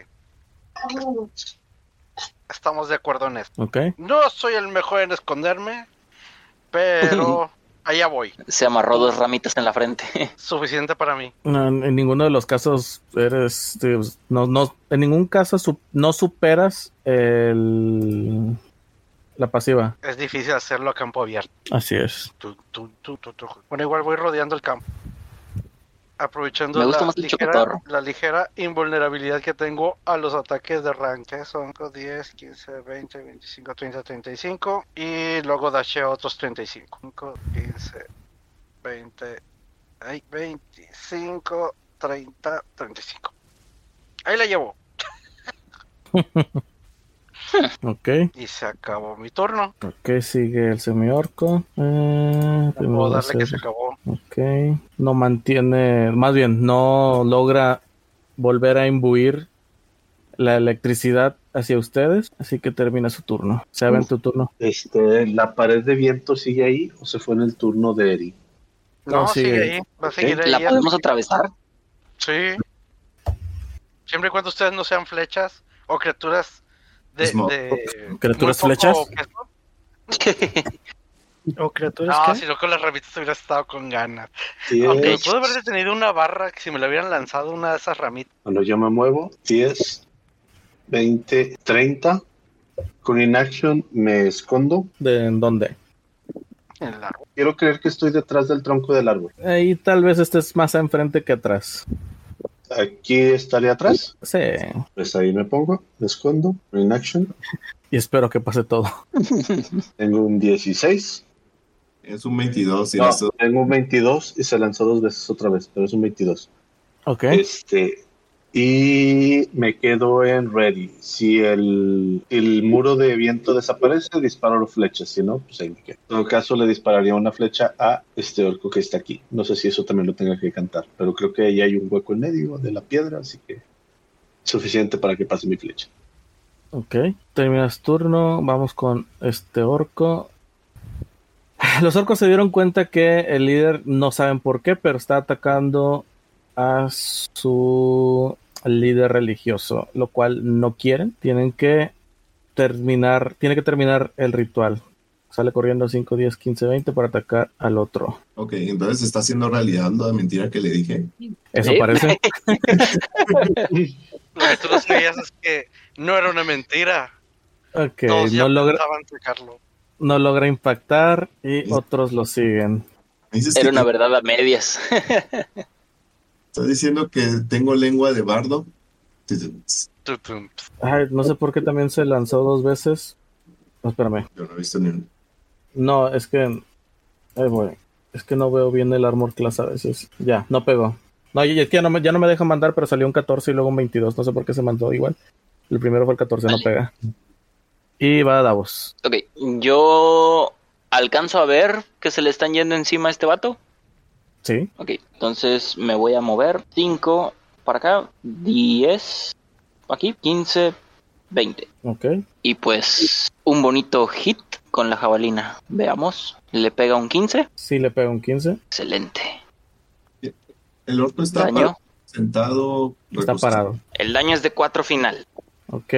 Estamos de acuerdo en esto. Ok. No soy el mejor en esconderme, pero allá voy. Se amarró dos ramitas en la frente. Suficiente para mí. No, en en ninguno de los casos eres. te- No, no, en ningún caso su- no superas el, la pasiva. Es difícil hacerlo a campo abierto. Así es. Tu, tu, tu, tu, tu. Bueno, igual voy rodeando el campo. Aprovechando Me gusta la, más el ligera, chocotorro. la ligera invulnerabilidad que tengo a los ataques de ranque. Son 5, 10, 15, 20, 25, 30, 35. Y luego dasheo otros 35. 5, 15, 20, ay, 25, 30, 35. Ahí la llevo. Ok. Y se acabó mi turno. Ok, sigue el semiorco. Eh, No puedo primero darle que hacer- se acabó. Ok. No mantiene. Más bien, no logra volver a imbuir la electricidad hacia ustedes. Así que termina su turno. Se en tu turno. Este, ¿La pared de viento sigue ahí o se fue en el turno de Eri? No, No, sigue, sigue. ahí. Va a seguir ahí. ¿La podemos atravesar? Sí. Siempre y cuando ustedes no sean flechas o criaturas de. Smoke. de- ¿Criaturas muy poco flechas? peso. ¿O criaturas No, qué? si loco las ramitas hubiera estado con ganas. Aunque 10. pudo haberse tenido una barra que si me la hubieran lanzado una de esas ramitas. Bueno, yo me muevo. 10, 20, 30. Con inaction me escondo. ¿De en dónde? en el árbol. Quiero creer que estoy detrás del tronco del árbol. Ahí tal vez estés más enfrente que atrás. Aquí estaré atrás. Sí. Pues ahí me pongo, me escondo. Con inaction. Y espero que pase todo. Tengo un 16. Es un 22 y No, eso- tengo un 22 y se lanzó dos veces otra vez, pero es un 22. Ok. Este, y me quedo en ready. Si el, el muro de viento desaparece, disparo flechas. Si no, pues ahí me quedo. En todo caso, le dispararía una flecha a este orco que está aquí. No sé si eso también lo tenga que cantar, pero creo que ahí hay un hueco en medio de la piedra, así que suficiente para que pase mi flecha. Ok. Terminas turno. Vamos con este orco. Los orcos se dieron cuenta que el líder no saben por qué, pero está atacando a su líder religioso, lo cual no quieren. Tienen que terminar, tiene que terminar el ritual. Sale corriendo 5, 10, 15, 20 para atacar al otro. Ok, entonces está haciendo realidad la mentira que le dije. Eso ¿Sí? parece. Lo que tú no sabías es que no era una mentira. Ok, Todos ya no logra, pensaban sacarlo. no logra impactar y otros lo siguen. Me dices Era que una verdad a medias. estás diciendo que tengo lengua de bardo. Yo Tu, tu, ps. Ay, no sé por qué también se lanzó dos veces. No, espérame. no he visto ni uno. No, es que. Ay, güey. Es que no veo bien el armor class a veces. Ya, no pegó. No, y es que ya no, me, ya no me deja mandar, pero salió un 14 y luego un 22. No sé por qué se mandó igual. El primero fue el 14, no Vale. pega. Y va a Davos. Ok, yo alcanzo a ver que se le están yendo encima a este vato. Sí, Ok, entonces me voy a mover 5 para acá, 10 aquí, 15, 20. ok. Y pues un bonito hit con la jabalina. Veamos, le pega un 15. Sí, le pega un 15. Excelente. El orco está Daño. parado, sentado. Está recostado. parado. El daño es de 4 final. Ok.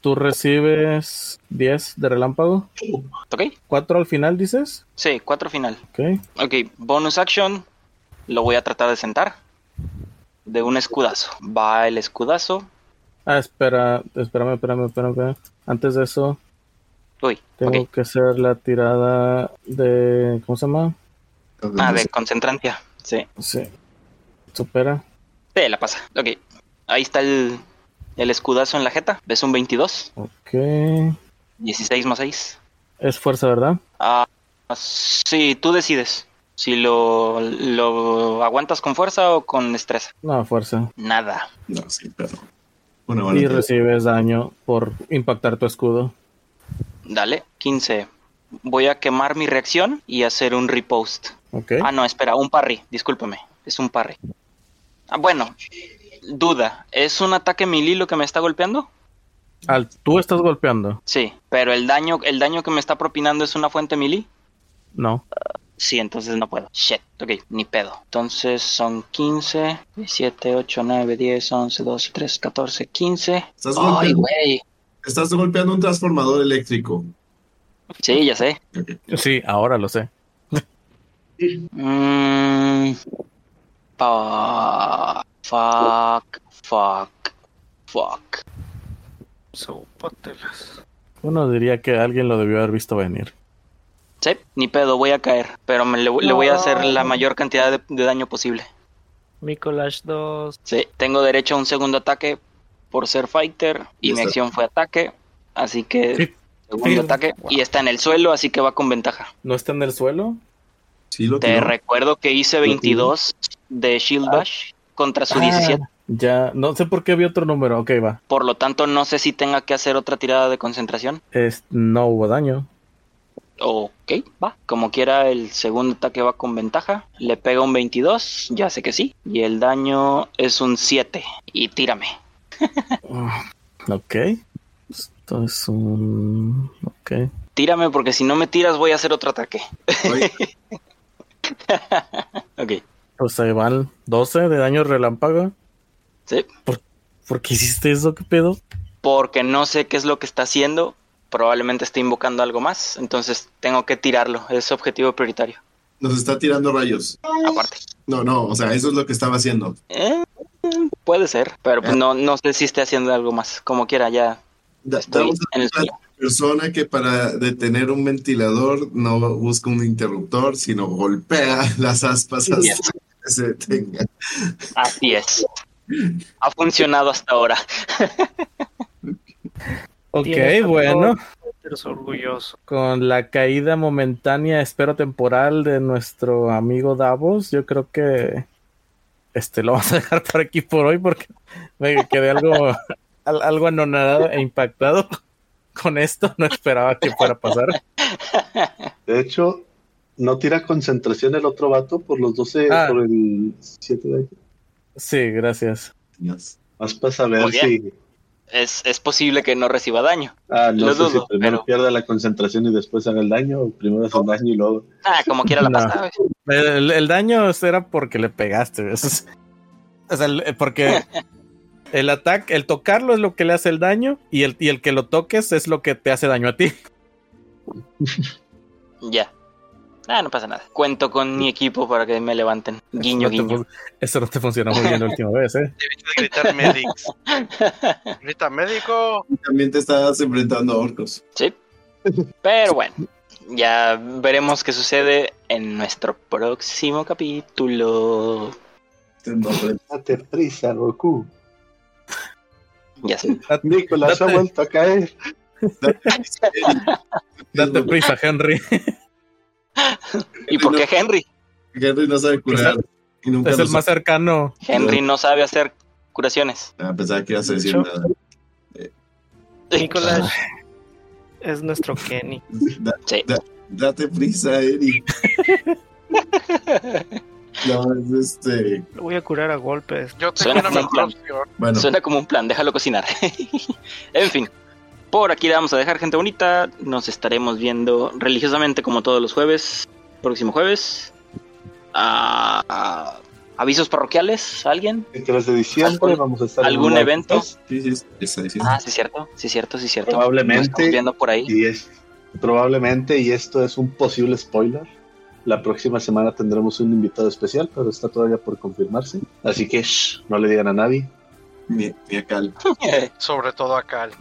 Tú recibes 10 de relámpago. ¿Ok? 4 al final, dices. Sí, 4 final. Ok. Ok, bonus action. Lo voy a tratar de sentar. De un escudazo. Va el escudazo. Ah, espera, espérame, espérame, espérame. espérame. Antes de eso, Uy, tengo ok. Ah, que hacer la tirada de. ¿Cómo se llama? Entonces, Ah, no de sé, concentrancia. Sí. Sí. Supera. Sí, la pasa. Ok. Ahí está el, el escudazo en la jeta. ¿Ves un 22? Ok. 16 más 6. Es fuerza, ¿verdad? Ah, sí, tú decides. Si lo, lo aguantas con fuerza o con destreza. No, fuerza. Nada. No, sí, pero. Bueno, Y bueno. recibes daño por impactar tu escudo. Dale. 15. voy a quemar mi reacción y hacer un repost. Ok. Ah, no, espera, un parry, discúlpeme, es un parry. Ah, bueno, duda, ¿es un ataque melee lo que me está golpeando? Al, ¿Tú estás golpeando? Sí, pero el daño, el daño que me está propinando es una fuente melee. No. Sí, entonces no puedo. Shit, ok, ni pedo. Entonces son 15, 7, 8, 9, 10, 11, 12, 13, 14, 15. Estás Ay, golpeando, güey. estás golpeando un transformador eléctrico. Sí, ya sé. Sí, ahora lo sé. Mm, pa- fuck, fuck, fuck. Sopátelas. Uno diría que alguien lo debió haber visto venir. Sí, ni pedo, voy a caer, pero me, le, le voy a hacer la mayor cantidad de, de daño posible. Mi collage 2. Sí, tengo derecho a un segundo ataque por ser fighter y mi Listo. acción fue ataque, así que Sí. Sí. segundo ataque y está en el suelo, así que va con ventaja. ¿No está en el suelo? Sí, lo Te tiró. recuerdo que hice 22 de Shield Bash contra su Ah. 17, Ya, no sé por qué vi otro número. Ok, va. por lo tanto no sé si tenga que hacer otra tirada de concentración. Es, no hubo daño. Ok, va. Como quiera, el segundo ataque va con ventaja. Le pega un 22, ya sé que sí. Y el daño es un 7. Y tírame. Ok. Esto es un... Ok. Tírame porque si no me tiras voy a hacer otro ataque. Oye, Ok, Pues ahí van 12 de daño relámpago. sí. ¿Por qué hiciste eso? ¿Qué pedo? Porque no sé qué es lo que está haciendo. Probablemente esté invocando algo más. Entonces tengo que tirarlo. Es objetivo prioritario. nos está tirando rayos. Aparte. No, no, o sea, eso es lo que estaba haciendo. Eh, puede ser. Pero pues no, no sé si esté haciendo algo más. Como quiera, ya Eh. Da- estoy damos a en el la suelo. persona que para detener un ventilador no busca un interruptor, sino golpea las aspas hasta Yes. que se detenga. Así es. Ha funcionado hasta ahora. Ok, Tienes a bueno. Eres orgulloso. Con la caída momentánea, espero temporal, de nuestro amigo Davos, yo creo que este lo vamos a dejar por aquí por hoy porque me quedé algo, al- algo anonadado e impactado con esto. No esperaba que fuera a pasar. De hecho, no tira concentración el otro vato por los 12, Ah. por el 7 de Sí, gracias. Yes. Más para Muy saber bien. si. Es, es posible que no reciba daño. Ah, no Lo sé dudo, si primero pero- pierda la concentración y después haga el daño, o primero hace el daño y luego. Ah, como quiera la No. pasta. güey. El, el daño era porque le pegaste. eso es- o sea, el- porque el ataque, el tocarlo es lo que le hace el daño y el, y el que lo toques es lo que te hace daño a ti. Ya. Ah, no pasa nada. Cuento con mi equipo para que me levanten. Guiño, Eso no te guiño. fun- Eso no te funcionó muy bien la última vez, ¿eh? Debiste de gritar medics. Grita médico. También te estás enfrentando a orcos. Sí. Pero bueno, ya veremos qué sucede en nuestro próximo capítulo. No, pero- Date prisa, Goku. Ya sé. Nicolás ha Date. vuelto a caer. Date prisa, Henry. ¿Y por qué Henry? Henry no sabe curar. Y nunca Es lo el más cercano. Henry no sabe hacer curaciones. sabe. Ah, pensaba que ibas a decir Yo- nada. Nicolás es nuestro Kenny. Da- Sí. da- date prisa, Eric. No, es este. Lo voy a curar a golpes. Yo tengo Suena una como un mejor plan. opción. Bueno, Suena como un plan, déjalo cocinar. en fin, por aquí la vamos a dejar, gente bonita. Nos estaremos viendo religiosamente como todos los jueves. Próximo jueves. Ah, ah, avisos parroquiales, ¿alguien? El 3 de diciembre ¿Algún- vamos a estar. en algún un evento? Wildfest, sí, sí, sí, sí, sí. Ah, sí, cierto, sí, cierto, sí, cierto. Nos Probablemente. estamos viendo por ahí. Y es probablemente, y esto es un posible spoiler. La próxima semana tendremos un invitado especial, pero está todavía por confirmarse. Así que shh, no le digan a nadie. Ni, ni a Cal. Sobre todo a Cal.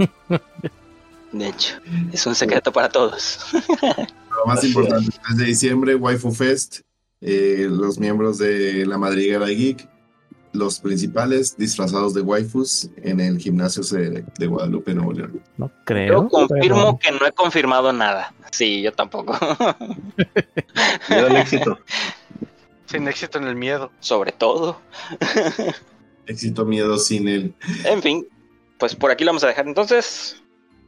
De hecho, es un secreto para todos. Lo más Así importante, 3 de diciembre, Waifu Fest, eh, los miembros de la Madriguera Geek, los principales disfrazados de waifus en el gimnasio de, de Guadalupe, Nuevo León. No creo. Yo confirmo que no he confirmado nada. Sí, yo tampoco. Miedo al éxito. Sin éxito en el miedo. Sobre todo. Éxito, miedo, sin él. En fin, pues por aquí lo vamos a dejar entonces.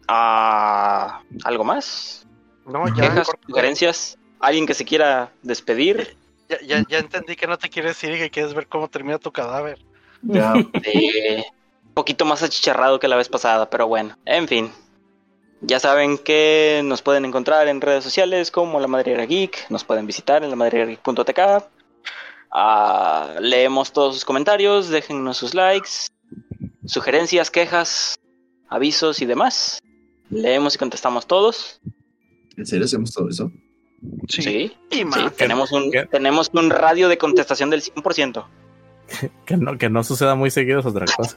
Ah, ¿Algo más? No, ya, ¿Quejas, corta. sugerencias? ¿Alguien que se quiera despedir? ya, ya, ya entendí que no te quieres ir y que quieres ver cómo termina tu cadáver. Ya, Eh, un poquito más achicharrado que la vez pasada, pero bueno. En fin. Ya saben que nos pueden encontrar en redes sociales como La Madriguera Geek. Nos pueden visitar en lamadriguerageek.tk. Ah, leemos todos sus comentarios, déjennos sus likes, sugerencias, quejas, avisos y demás. Leemos y contestamos todos. ¿en serio hacemos todo eso? Sí, Y sí, más. tenemos, un, ¿Qué? tenemos un radio de contestación del 100%. Que no, que no suceda muy seguido es otra cosa.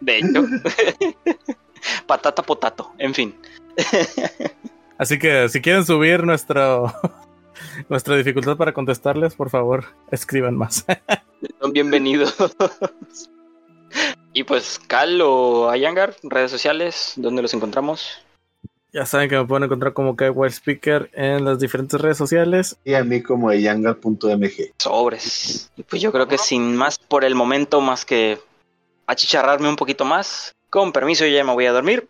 De hecho, patata potato, en fin. Así que si quieren subir nuestro nuestra dificultad para contestarles, por favor, escriban más. Son bienvenidos. y pues, Cal o Ayangar, redes sociales, ¿dónde los encontramos? ya saben que me pueden encontrar como Wild Speaker en las diferentes redes sociales. Y a mí como yangar.mg. Sobres. Y pues yo creo que sin más por el momento, más que achicharrarme un poquito más, con permiso yo ya me voy a dormir.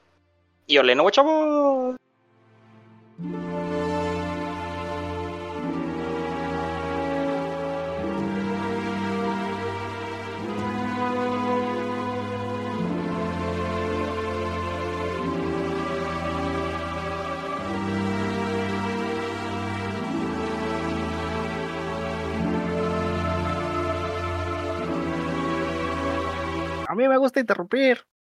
Y ole, no, chavos. A mí me gusta interrumpir.